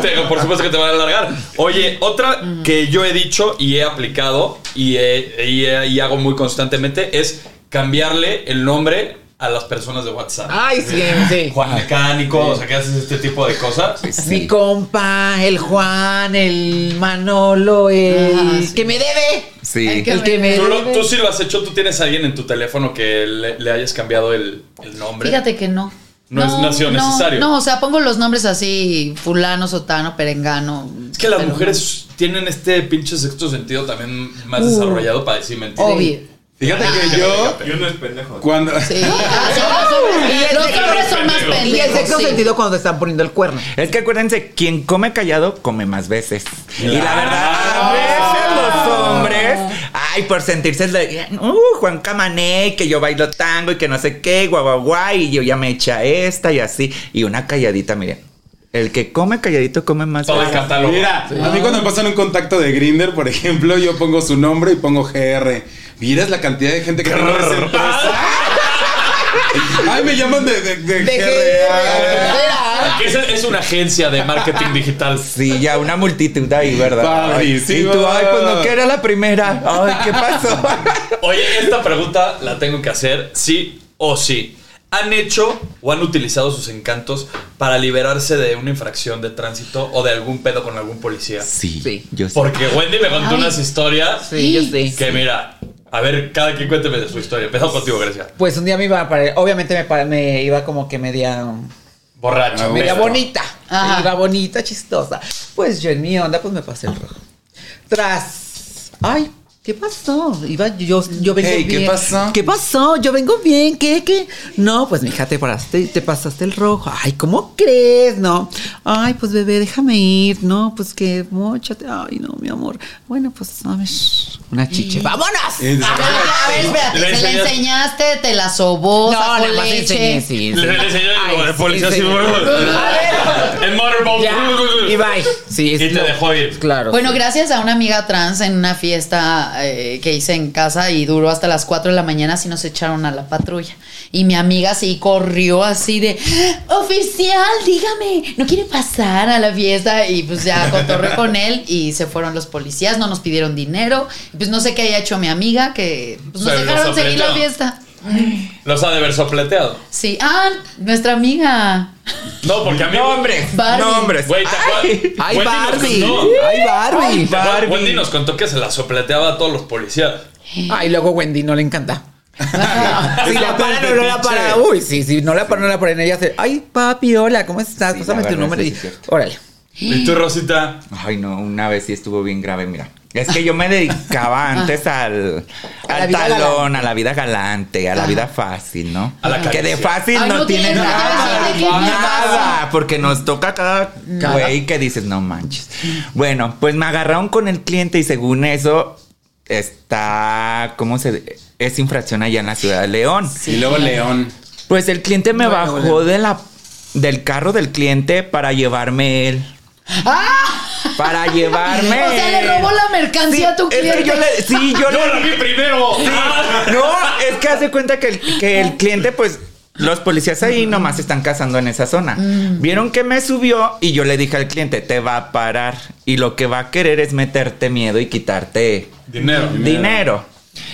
Speaker 1: Te- Por supuesto que te van a alargar. Oye, otra que yo he dicho y he aplicado y, he- y he- y hago muy constantemente es cambiarle el nombre a las personas de WhatsApp.
Speaker 3: Ay, sí, Ah, sí.
Speaker 1: Juan Mecánico, o sea, que haces este tipo de cosas.
Speaker 3: Mi compa, el Juan, el Manolo, el
Speaker 2: Ah, sí.
Speaker 3: que me debe.
Speaker 5: Sí.
Speaker 3: El que me
Speaker 1: Tú, lo-
Speaker 3: debe.
Speaker 1: tú sí lo has hecho, tú tienes a alguien en tu teléfono que le, le hayas cambiado el, el nombre.
Speaker 2: Fíjate que no.
Speaker 1: No, es nación
Speaker 2: no,
Speaker 1: necesario.
Speaker 2: No, o sea, pongo los nombres así, fulano, sotano, perengano.
Speaker 1: Es que las
Speaker 2: pero-
Speaker 1: mujeres tienen este pinche sexto sentido también más desarrollado para decir mentiras.
Speaker 2: Obvio.
Speaker 4: Fíjate que yo,
Speaker 7: Y uno es pendejo.
Speaker 4: cuando.
Speaker 2: Sí. Ah, sí, los hombres- los hombres son más pendejos.
Speaker 3: Y el sexto
Speaker 2: sí.
Speaker 3: sentido cuando te están poniendo el cuerno.
Speaker 5: Es que acuérdense, quien come callado come más veces. Y la
Speaker 1: Claro.
Speaker 5: verdad, a veces los hombres, ay, por sentirse, de, uh, Juan Camané, que yo bailo tango y que no sé qué, guau, guau, guau, y yo ya me echa esta y así. Y una calladita, miren. El que come calladito come más
Speaker 1: Todo el
Speaker 5: veces.
Speaker 1: catálogo.
Speaker 4: Mira, a mí cuando me pasan un contacto de Grinder, por ejemplo, yo pongo su nombre y pongo GR. Miras la cantidad de gente que tengo en esa empresa. Ay, me llaman de, de, de GR.
Speaker 1: Que esa es una agencia de marketing digital.
Speaker 5: Sí, ya una multitud ahí, ¿verdad? Ay, y
Speaker 4: Padrísimo.
Speaker 5: tú, ay, pues no que era la primera. Ay, ¿qué pasó?
Speaker 1: Oye, esta pregunta la tengo que hacer sí o sí. ¿Han hecho o han utilizado sus encantos para liberarse de una infracción de tránsito o de algún pedo con algún policía?
Speaker 5: Sí,
Speaker 3: Sí.
Speaker 5: yo sí.
Speaker 1: Porque Wendy me contó
Speaker 2: Ay.
Speaker 1: unas historias
Speaker 3: Sí, yo sé.
Speaker 1: que mira, a ver, cada quien cuénteme de su historia. Empezamos contigo, Grecia.
Speaker 3: Pues un día me iba a parar, obviamente me, pa- me iba como que media,
Speaker 1: Borracho.
Speaker 3: media
Speaker 1: beso.
Speaker 3: bonita.
Speaker 2: Ajá.
Speaker 3: Iba bonita, chistosa. Pues yo en mi onda, pues me pasé el rojo. Tras. Ay, ¿qué pasó? Iba, yo, yo vengo
Speaker 4: Hey, ¿qué
Speaker 3: bien.
Speaker 4: pasó?
Speaker 3: ¿Qué pasó? Yo vengo bien, ¿qué, qué? No, pues mija, te paraste, te pasaste el rojo. Ay, ¿cómo crees? No. Ay, pues bebé, déjame ir. No, pues que mochate. Ay, no, mi amor. Bueno, pues, sabes, una chiche. ¡Vámonos!
Speaker 4: Y dices,
Speaker 2: A ver, a ver, espérate,
Speaker 1: Le
Speaker 2: se la
Speaker 1: enseñas-
Speaker 2: enseñaste, te la sobó,
Speaker 3: No,
Speaker 2: sacó
Speaker 3: nada más enseñé,
Speaker 2: leche.
Speaker 3: sí.
Speaker 1: Le,
Speaker 3: sí.
Speaker 1: le enseñó
Speaker 3: Ay,
Speaker 1: el
Speaker 3: sí,
Speaker 1: policía así.
Speaker 3: sí.
Speaker 1: En motorboat.
Speaker 3: Ya, y bye. Sí,
Speaker 1: Y
Speaker 3: es
Speaker 1: te
Speaker 3: lo-
Speaker 1: dejó ir.
Speaker 3: Claro.
Speaker 2: Bueno,
Speaker 3: sí.
Speaker 2: gracias a una amiga trans en una fiesta eh, que hice en casa y duró hasta las 4 de la mañana, así nos echaron a la patrulla. Y mi amiga sí corrió así de, oficial, dígame, ¿no quiere pasar a la fiesta? Y pues ya cotorré con él y se fueron los policías, no nos pidieron dinero. Y pues no sé qué haya hecho mi amiga, que pues, nos
Speaker 1: Se los
Speaker 2: dejaron seguir la
Speaker 1: aprendieron.
Speaker 2: fiesta.
Speaker 1: Los ha de haber sopleteado.
Speaker 2: Sí, ah, nuestra amiga.
Speaker 1: No, porque a mí.
Speaker 5: Nombres,
Speaker 2: Barbie.
Speaker 5: nombres.
Speaker 1: Güey, ¿te acuerdas?
Speaker 3: ¡Ay,
Speaker 1: Wendy nos
Speaker 3: Barbie!
Speaker 1: contó-
Speaker 3: ¡Ay, Barbie!
Speaker 1: ¿te acuerdas? Wendy nos contó que se la sopleteaba a todos los policías.
Speaker 3: Ay, luego Wendy no le encanta. si la para, no, no la para.
Speaker 4: Fetiche.
Speaker 3: Uy, sí, sí, no la para, no la para. En ella hace, ay, papi, hola, ¿cómo estás?
Speaker 5: Sí,
Speaker 3: Pásame
Speaker 5: la
Speaker 3: tu
Speaker 5: verdad,
Speaker 3: número.
Speaker 5: sí,
Speaker 3: y,
Speaker 5: sí, cierto.
Speaker 3: órale.
Speaker 1: ¿Y tú, Rosita?
Speaker 5: Ay, no, una vez sí estuvo bien grave, mira. Es que yo me dedicaba antes al,
Speaker 3: Ah. A la
Speaker 5: al
Speaker 3: vida
Speaker 5: talón,
Speaker 3: galante. Ah.
Speaker 5: a la vida galante, a la
Speaker 2: Ajá.
Speaker 5: vida fácil, ¿no?
Speaker 1: A la
Speaker 5: que de
Speaker 1: caricia.
Speaker 5: fácil
Speaker 2: Ay,
Speaker 5: no,
Speaker 2: no
Speaker 5: tiene
Speaker 2: tienes
Speaker 5: nada.
Speaker 2: nada que decir, ¿de qué
Speaker 5: Nada, porque nos toca cada güey que dices, no manches. Bueno, pues me agarraron con el cliente y según eso está, ¿cómo se? Es infracción allá en la ciudad de León.
Speaker 4: Y luego León.
Speaker 5: Pues el cliente me
Speaker 3: Bueno,
Speaker 5: bajó
Speaker 3: bueno.
Speaker 5: de la, del carro del cliente para llevarme él.
Speaker 2: ¡Ah!
Speaker 5: Para llevarme.
Speaker 2: O sea, le robó la mercancía
Speaker 5: Sí,
Speaker 2: a tu
Speaker 5: es que
Speaker 2: cliente.
Speaker 5: yo le- sí, yo
Speaker 1: ¡Yo la
Speaker 5: le.
Speaker 1: vi primero! Ah.
Speaker 5: No, es que hace cuenta que el, que el cliente, pues. Los policías
Speaker 2: Mm.
Speaker 5: ahí nomás están cazando en esa zona. Vieron que me subió y yo le dije al cliente, te va a parar. Y lo que va a querer es meterte miedo y quitarte
Speaker 1: Dinero.
Speaker 5: dinero.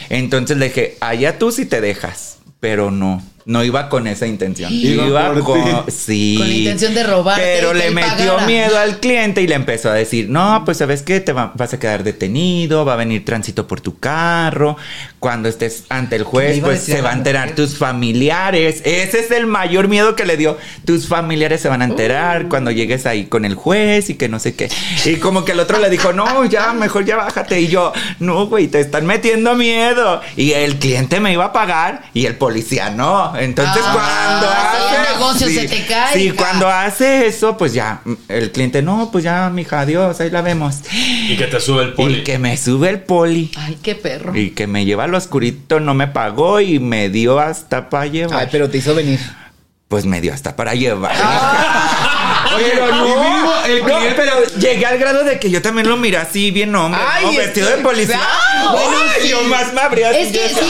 Speaker 5: Entonces le dije, allá tú si te dejas. Pero no, no iba con esa intención.
Speaker 4: Iba por ti.
Speaker 5: sí.
Speaker 2: Con la intención de robarte
Speaker 5: Pero
Speaker 2: y que
Speaker 5: le
Speaker 2: él
Speaker 5: metió
Speaker 2: pagara.
Speaker 5: miedo al cliente y le empezó a decir, no, pues sabes qué, te va- vas a quedar detenido, va a venir tránsito por tu carro. Cuando estés ante el
Speaker 3: Le
Speaker 5: juez,
Speaker 3: iba a
Speaker 5: pues
Speaker 3: decir
Speaker 5: se va a
Speaker 3: algo,
Speaker 5: enterar
Speaker 3: ¿qué?
Speaker 5: tus familiares. Ese es el mayor miedo que le dio. Tus familiares se van a enterar
Speaker 2: Oh.
Speaker 5: cuando llegues ahí con el juez y que no sé qué. Y como que el otro le dijo, no, ya, mejor ya bájate. Y yo, no, güey, te están metiendo miedo. Y el cliente me iba a pagar y el policía no. Entonces,
Speaker 2: Ah,
Speaker 5: cuando
Speaker 2: sí, el
Speaker 5: hace-
Speaker 2: negocio se te cae,
Speaker 5: Sí,
Speaker 2: hija.
Speaker 5: cuando hace eso, pues ya, mm, el cliente, no, pues ya, mija, adiós, ahí la vemos.
Speaker 1: Y que te sube el
Speaker 5: Y
Speaker 1: poli.
Speaker 5: que me sube el poli.
Speaker 2: Ay, qué perro.
Speaker 5: Y que me lleva al oscurito, no me pagó y me dio hasta para llevar.
Speaker 3: Ay, pero te hizo venir.
Speaker 5: Pues me dio hasta para llevar.
Speaker 2: Ah.
Speaker 5: Oye,
Speaker 4: Pero no, el
Speaker 5: no,
Speaker 4: cliente-
Speaker 5: pero llegué al grado de que yo también lo miré así, bien hombre,
Speaker 3: Ay,
Speaker 5: ¿no?
Speaker 3: es-
Speaker 5: vestido de policía.
Speaker 3: Claro.
Speaker 5: Ay, yo más me abría así,
Speaker 2: Es que
Speaker 5: yo-
Speaker 2: sí,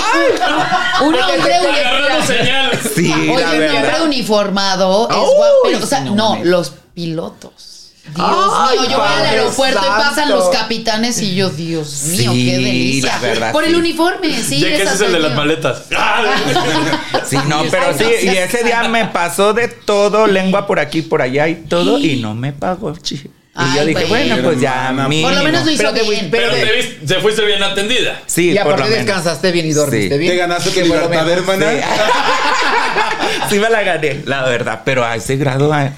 Speaker 2: un hombre
Speaker 1: Agarrando señal.
Speaker 5: Sí,
Speaker 2: Oye,
Speaker 5: la
Speaker 2: un hombre
Speaker 5: verdad.
Speaker 2: uniformado es
Speaker 3: Ay,
Speaker 2: guapo, pero, o sea,
Speaker 3: no
Speaker 2: no,
Speaker 3: mames.
Speaker 2: los pilotos. Dios
Speaker 3: Ay,
Speaker 2: mío, yo voy al
Speaker 3: Padre
Speaker 2: aeropuerto y pasan
Speaker 3: santo.
Speaker 2: los capitanes y yo, Dios mío,
Speaker 5: Sí,
Speaker 2: qué delicia.
Speaker 5: la verdad,
Speaker 2: Por
Speaker 5: sí.
Speaker 2: el uniforme, sí.
Speaker 1: Ya que ese es el de las maletas. Ah.
Speaker 5: Sí, no, pero
Speaker 2: Ay,
Speaker 5: sí,
Speaker 2: no
Speaker 5: y
Speaker 2: seas-
Speaker 5: ese día me pasó de todo, lengua por aquí, por allá y todo, y no me pagó, chi. Y yo
Speaker 2: Ay,
Speaker 5: dije,
Speaker 2: güey.
Speaker 5: bueno, pues ya,
Speaker 4: Hermana,
Speaker 5: mínimo.
Speaker 2: Por lo menos lo hizo
Speaker 3: Pero te-
Speaker 2: bien.
Speaker 3: pero-
Speaker 1: Pero te, vis- te fuiste bien atendida.
Speaker 5: Sí,
Speaker 3: y
Speaker 5: por lo
Speaker 3: aparte
Speaker 5: menos.
Speaker 3: descansaste bien y dormiste
Speaker 5: Sí.
Speaker 3: bien.
Speaker 4: Te ganaste
Speaker 3: Que
Speaker 4: tu
Speaker 3: fue lo
Speaker 4: libertad,
Speaker 3: mejor.
Speaker 4: hermana.
Speaker 5: Sí me la gané, la verdad. Pero a ese grado, a,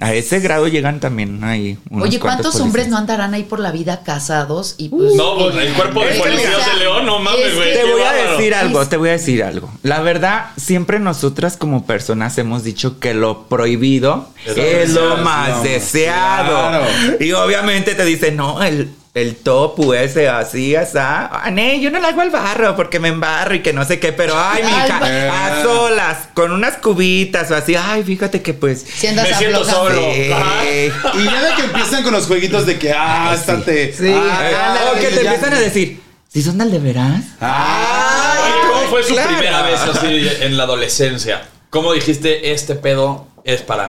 Speaker 5: a ese grado llegan también ahí. unos
Speaker 2: Oye, ¿cuántos
Speaker 5: cuantos
Speaker 2: hombres no
Speaker 5: policías.
Speaker 2: andarán ahí por la vida casados? Y pues,
Speaker 1: No, pues, el cuerpo de
Speaker 2: Es que,
Speaker 1: policías
Speaker 2: o sea,
Speaker 1: de León, no mames,
Speaker 2: es que-
Speaker 1: güey.
Speaker 5: Te
Speaker 1: Qué
Speaker 5: voy a
Speaker 1: bárbaro.
Speaker 5: decir algo,
Speaker 2: Es-
Speaker 5: te voy a decir algo. La verdad, siempre nosotras como personas hemos dicho que lo prohibido
Speaker 1: Es
Speaker 5: es,
Speaker 1: lo
Speaker 5: lo
Speaker 1: deseado,
Speaker 5: más
Speaker 4: no,
Speaker 5: deseado.
Speaker 4: claro.
Speaker 5: Y obviamente te dicen, no, el, el topu ese así, así. Ané, yo no le hago al barro porque me embarro y que no sé qué, pero ay, mija,
Speaker 4: Ay, va-
Speaker 5: a solas, con unas cubitas o así. Ay, fíjate que pues.
Speaker 2: Si andas
Speaker 1: Me siento
Speaker 2: aflojando.
Speaker 1: solo.
Speaker 5: Sí.
Speaker 1: Ajá.
Speaker 4: Y ya de que empiezan con los jueguitos de que, ah, hasta te.
Speaker 3: Sí.
Speaker 5: Ah,
Speaker 4: ah,
Speaker 5: o que te
Speaker 4: ya.
Speaker 5: empiezan a decir, si son del de veras.
Speaker 4: Ah,
Speaker 1: Oye, ¿Cómo fue su
Speaker 5: claro.
Speaker 1: primera vez así en la adolescencia? ¿Cómo dijiste este pedo es para mí?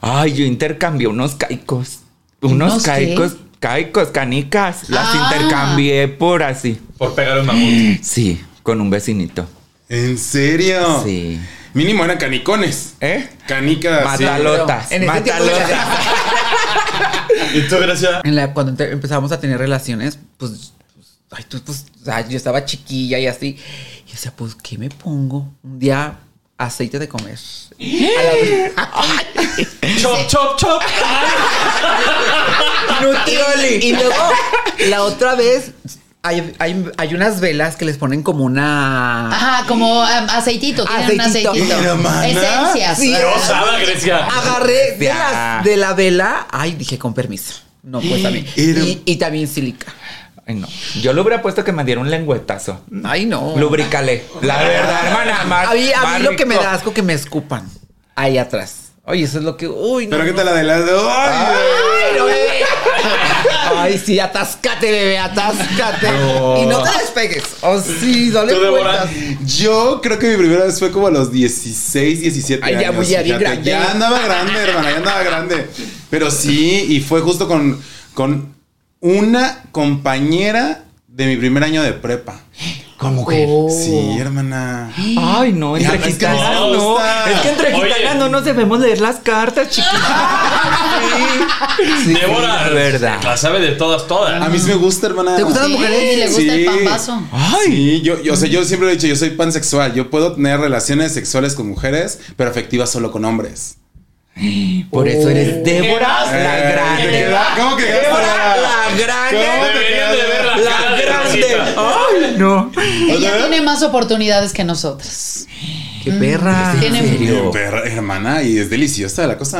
Speaker 5: Ay, yo intercambié unos caicos. Unos,
Speaker 2: ¿Unos qué?
Speaker 5: caicos, caicos, canicas. Las
Speaker 2: Ah.
Speaker 5: intercambié por así.
Speaker 1: Por pegar un mamut.
Speaker 5: Sí, con un vecinito.
Speaker 4: ¿En serio?
Speaker 5: Sí.
Speaker 4: Mínimo eran canicones.
Speaker 5: ¿Eh?
Speaker 4: Canicas. sí.
Speaker 5: Matalotas.
Speaker 3: En ese tiempo
Speaker 5: matalotas.
Speaker 1: ¿Y tú, Gracia?
Speaker 3: en la- cuando te- empezamos a tener relaciones, pues, pues, ay, tú, pues, ay, yo estaba chiquilla y así. Y yo decía, pues, ¿qué me pongo? Un día, aceite de comer.
Speaker 1: Chop, chop, chop.
Speaker 3: Y luego, la otra vez, hay, hay- hay unas velas que les ponen como una...
Speaker 2: Ajá, como um, aceitito, tienen
Speaker 3: Ah. Aceitito.
Speaker 2: un aceititito.
Speaker 4: Mira, mana.
Speaker 5: Ah,
Speaker 2: Esencias.
Speaker 3: Sí.
Speaker 1: Qué osada, Grecia.
Speaker 3: Agarré de la,
Speaker 5: Ya.
Speaker 3: de la vela, ay, dije, con permiso. No, pues también.
Speaker 4: Era-
Speaker 3: Y, y también sílica.
Speaker 5: Ay, no. Yo le hubiera puesto que me diera un lengüetazo.
Speaker 3: Ay, no.
Speaker 5: Lubricale. La verdad, hermana. Más,
Speaker 3: A mí, a
Speaker 5: más
Speaker 3: mí lo que me
Speaker 5: rico.
Speaker 3: da asco que me escupan ahí atrás. Oye, eso es lo que. Uy, no.
Speaker 4: Pero qué
Speaker 3: no.
Speaker 4: tal la de las dos.
Speaker 3: Ay, no, bebé. Ay, sí, atáscate, bebé, atáscate. Y no te despegues. Oh, sí, dale
Speaker 1: Tú, Débora.
Speaker 3: vueltas.
Speaker 4: Yo creo que mi primera vez fue como a los 16, 17
Speaker 3: Ay, ya,
Speaker 4: años.
Speaker 3: pues, ya bien
Speaker 4: fíjate.
Speaker 3: grande.
Speaker 4: Ya andaba grande, hermana, ya andaba grande. Pero sí, y fue justo con, con una compañera de mi primer año de prepa.
Speaker 5: Con mujer.
Speaker 3: Oh.
Speaker 4: Sí, hermana.
Speaker 5: Ay, no, entre
Speaker 4: Ya, es que
Speaker 5: gitanas
Speaker 1: no me
Speaker 3: Oh.
Speaker 5: no.
Speaker 4: gusta.
Speaker 5: Es que entre
Speaker 1: Oye.
Speaker 5: gitanas no nos debemos leer las cartas, chiquita. Sí. Sí,
Speaker 1: Débora.
Speaker 5: la verdad.
Speaker 1: La sabe de todas,
Speaker 4: A
Speaker 1: todas.
Speaker 4: mí sí me gusta, hermana.
Speaker 3: ¿Te gustan las
Speaker 2: Sí,
Speaker 3: mujeres?
Speaker 2: y le gusta el
Speaker 4: Sí.
Speaker 2: pambazo.
Speaker 5: Ay.
Speaker 4: Sí, yo, yo, o sea, yo siempre lo he dicho, yo soy pansexual. Yo puedo tener relaciones sexuales con mujeres, pero afectivas solo con hombres.
Speaker 5: Por eso eres Débora
Speaker 1: Eh,
Speaker 5: la
Speaker 4: ¿te
Speaker 5: Grande.
Speaker 4: queda- cómo que
Speaker 5: Débora
Speaker 4: queda?
Speaker 5: la
Speaker 4: ¿Cómo
Speaker 5: Grande.
Speaker 4: te
Speaker 1: Deberían de ver la cara
Speaker 5: La
Speaker 1: de
Speaker 5: Grande.
Speaker 1: Rosita.
Speaker 5: Ay, no.
Speaker 2: Ella
Speaker 4: ¿verdad?
Speaker 2: tiene más oportunidades que nosotras.
Speaker 3: Qué perra.
Speaker 2: ¿En Tiene- serio?
Speaker 4: Perra, hermana, y es deliciosa la cosa,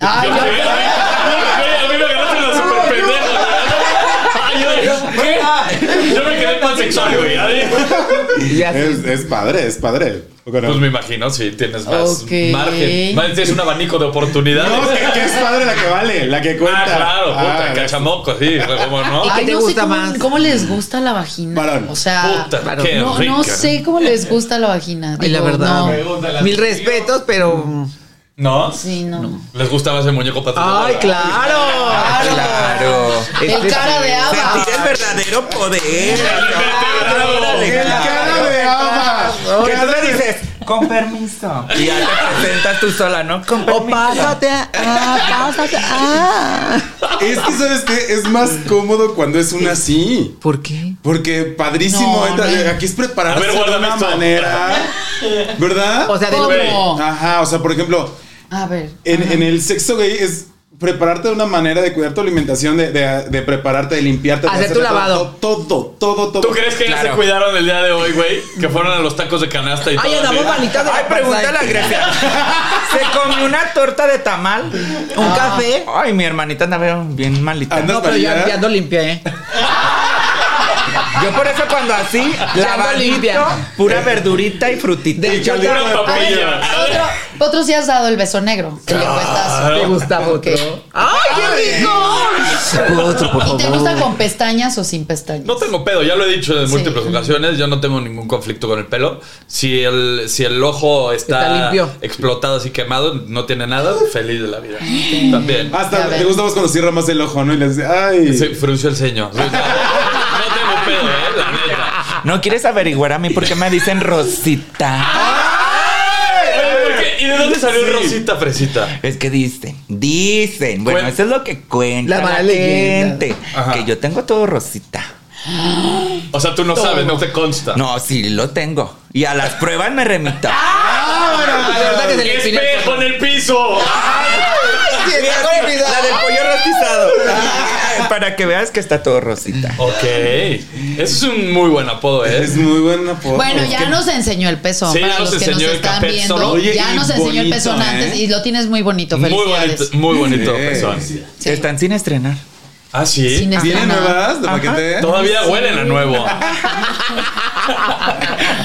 Speaker 4: ¿ah?
Speaker 2: Ay,
Speaker 1: Yo- Güey,
Speaker 2: yo-
Speaker 1: A mí me agarraste en la super pendeja. Ay, yo dije, ¿qué? Yo me quedé pansexual, güey. Ay.
Speaker 3: Ya sé.
Speaker 4: Es, es padre, es padre. ¿O qué no?
Speaker 1: Pues me imagino, sí, tienes más
Speaker 2: Ok.
Speaker 1: margen. Más- Tienes un abanico de oportunidades.
Speaker 4: No, que, que es padre la que vale, la que cuenta.
Speaker 1: Ah, claro, puta,
Speaker 4: Ah,
Speaker 1: cachamoco, sí, cómo no.
Speaker 3: ¿Y
Speaker 2: Ay,
Speaker 3: qué te
Speaker 2: no sé
Speaker 3: gusta
Speaker 2: cómo-
Speaker 3: más?
Speaker 2: ¿Cómo les gusta la vagina?
Speaker 4: Varón.
Speaker 2: O sea,
Speaker 1: Puta,
Speaker 3: varón.
Speaker 1: qué
Speaker 2: no,
Speaker 1: rica.
Speaker 2: no sé cómo les gusta la vagina.
Speaker 3: Ay, la
Speaker 2: Digo,
Speaker 3: verdad.
Speaker 2: no.
Speaker 3: Mil respetos, pero.
Speaker 1: ¿No?
Speaker 2: Sí, no.
Speaker 1: ¿Les gustaba ese muñeco patinador?
Speaker 3: Ay, claro.
Speaker 5: Claro.
Speaker 2: El cara de haba.
Speaker 5: Sentir el verdadero poder.
Speaker 1: invertebrado.
Speaker 5: Órale,
Speaker 4: El
Speaker 5: claro.
Speaker 4: cara de ama.
Speaker 5: Que tú le dices, con permiso. Y ya te presentas tú sola, ¿no? Con
Speaker 3: O
Speaker 5: permiso.
Speaker 3: pásate. Ah, pásate. Ah.
Speaker 4: Es que, ¿sabes qué? Es más cómodo cuando es una así.
Speaker 3: ¿Por qué?
Speaker 4: Porque padrísimo.
Speaker 2: No,
Speaker 4: entra- eh,
Speaker 2: no.
Speaker 4: Aquí es prepararse
Speaker 1: A ver,
Speaker 4: de
Speaker 1: guárdame
Speaker 4: una
Speaker 1: esto.
Speaker 4: manera. ¿Verdad?
Speaker 3: O sea, de
Speaker 2: ¿Cómo?
Speaker 4: Ajá, o sea, por ejemplo,
Speaker 2: A ver.
Speaker 1: Eh.
Speaker 4: en,
Speaker 2: ajá.
Speaker 4: en el sexo gay es prepararte de una manera de cuidar tu alimentación, de, de- de prepararte, de limpiarte, de
Speaker 3: Hacer tu
Speaker 4: hacerte
Speaker 3: lavado.
Speaker 4: Todo, todo, todo. todo.
Speaker 1: ¿Tú crees que ya se
Speaker 5: Claro.
Speaker 1: cuidaron el día de hoy, güey? Que fueron a los tacos de canasta y todo.
Speaker 3: Ay,
Speaker 1: así.
Speaker 3: andamos manitas de
Speaker 5: Ay,
Speaker 3: la
Speaker 5: pregúntale a
Speaker 3: panza.
Speaker 5: Grecia. ¿Se comió una torta de tamal?
Speaker 3: Un
Speaker 5: Ah.
Speaker 3: café.
Speaker 5: Ay, mi hermanita andaba bien malita.
Speaker 4: Anda-
Speaker 3: No, pero yo
Speaker 4: ¿Variedad?
Speaker 3: ya ando limpia, ¿eh?
Speaker 5: Yo por eso cuando así,
Speaker 3: Ya ando limpia.
Speaker 5: lavadito, pura verdurita y frutita.
Speaker 3: De hecho,
Speaker 5: Yo-
Speaker 1: Pura
Speaker 3: te,
Speaker 1: papilla.
Speaker 2: Otro, otro sí has dado el beso negro. Que le cuentas.
Speaker 3: te gusta otro. ¡Ay, qué rico! Otro, por
Speaker 2: ¿Y te
Speaker 3: favor.
Speaker 2: gusta con pestañas o sin pestañas?
Speaker 1: No tengo pedo, ya lo he dicho en múltiples ocasiones, yo no tengo ningún conflicto con el pelo. Si el, si el ojo está,
Speaker 3: Está limpio.
Speaker 1: explotado así quemado, no tiene nada, feliz de la vida. También.
Speaker 2: Ya
Speaker 4: Hasta
Speaker 2: ves.
Speaker 4: te gusta más cuando cierra más el ojo, ¿no? Y le dice, ay.
Speaker 1: Se frunció el ceño. No tengo pedo, eh, la neta.
Speaker 5: ¿No quieres averiguar a mí por qué me dicen Rosita?
Speaker 1: Oye, ¿por qué? ¿Y de dónde salió
Speaker 4: Sí.
Speaker 1: Rosita Fresita?
Speaker 5: Es que dicen, dicen. Bueno,
Speaker 1: Cuen-
Speaker 5: eso es lo que cuenta
Speaker 3: La
Speaker 5: la,
Speaker 3: mala leyenda.
Speaker 5: gente.
Speaker 1: Ajá.
Speaker 5: Que yo tengo todo Rosita.
Speaker 1: O sea, tú no sabes, no te consta.
Speaker 5: No, sí lo tengo. Y a las pruebas me remito.
Speaker 3: Ah, la verdad que se le
Speaker 1: ¡Qué
Speaker 3: empinó el
Speaker 1: espejo en el piso!
Speaker 3: Sí, está con el pizarro.
Speaker 5: La del pollo
Speaker 3: Ah.
Speaker 5: rostizado. Ay, Para que veas que está todo rosita.
Speaker 1: Ok. Eso es un muy buen apodo, ¿eh?
Speaker 4: Es muy buena foto.
Speaker 2: Bueno, ya nos enseñó el pezón
Speaker 1: Sí, ya
Speaker 2: para
Speaker 1: nos
Speaker 2: los que nos
Speaker 1: enseñó el
Speaker 2: están
Speaker 1: capezón.
Speaker 2: viendo.
Speaker 4: Oye,
Speaker 2: ya
Speaker 4: y
Speaker 2: nos enseñó el
Speaker 4: bonito,
Speaker 2: pezón
Speaker 4: ¿eh?
Speaker 2: antes y lo tienes muy bonito.
Speaker 1: Muy bonito,
Speaker 2: Felicidades.
Speaker 1: muy bonito
Speaker 4: Sí.
Speaker 1: pezón.
Speaker 2: Sí.
Speaker 5: Están sin estrenar.
Speaker 1: Ah, sí.
Speaker 2: Sin
Speaker 4: ¿Vienen
Speaker 2: estrenar.
Speaker 4: nuevas de paquete?
Speaker 1: Todavía huelen a nuevo.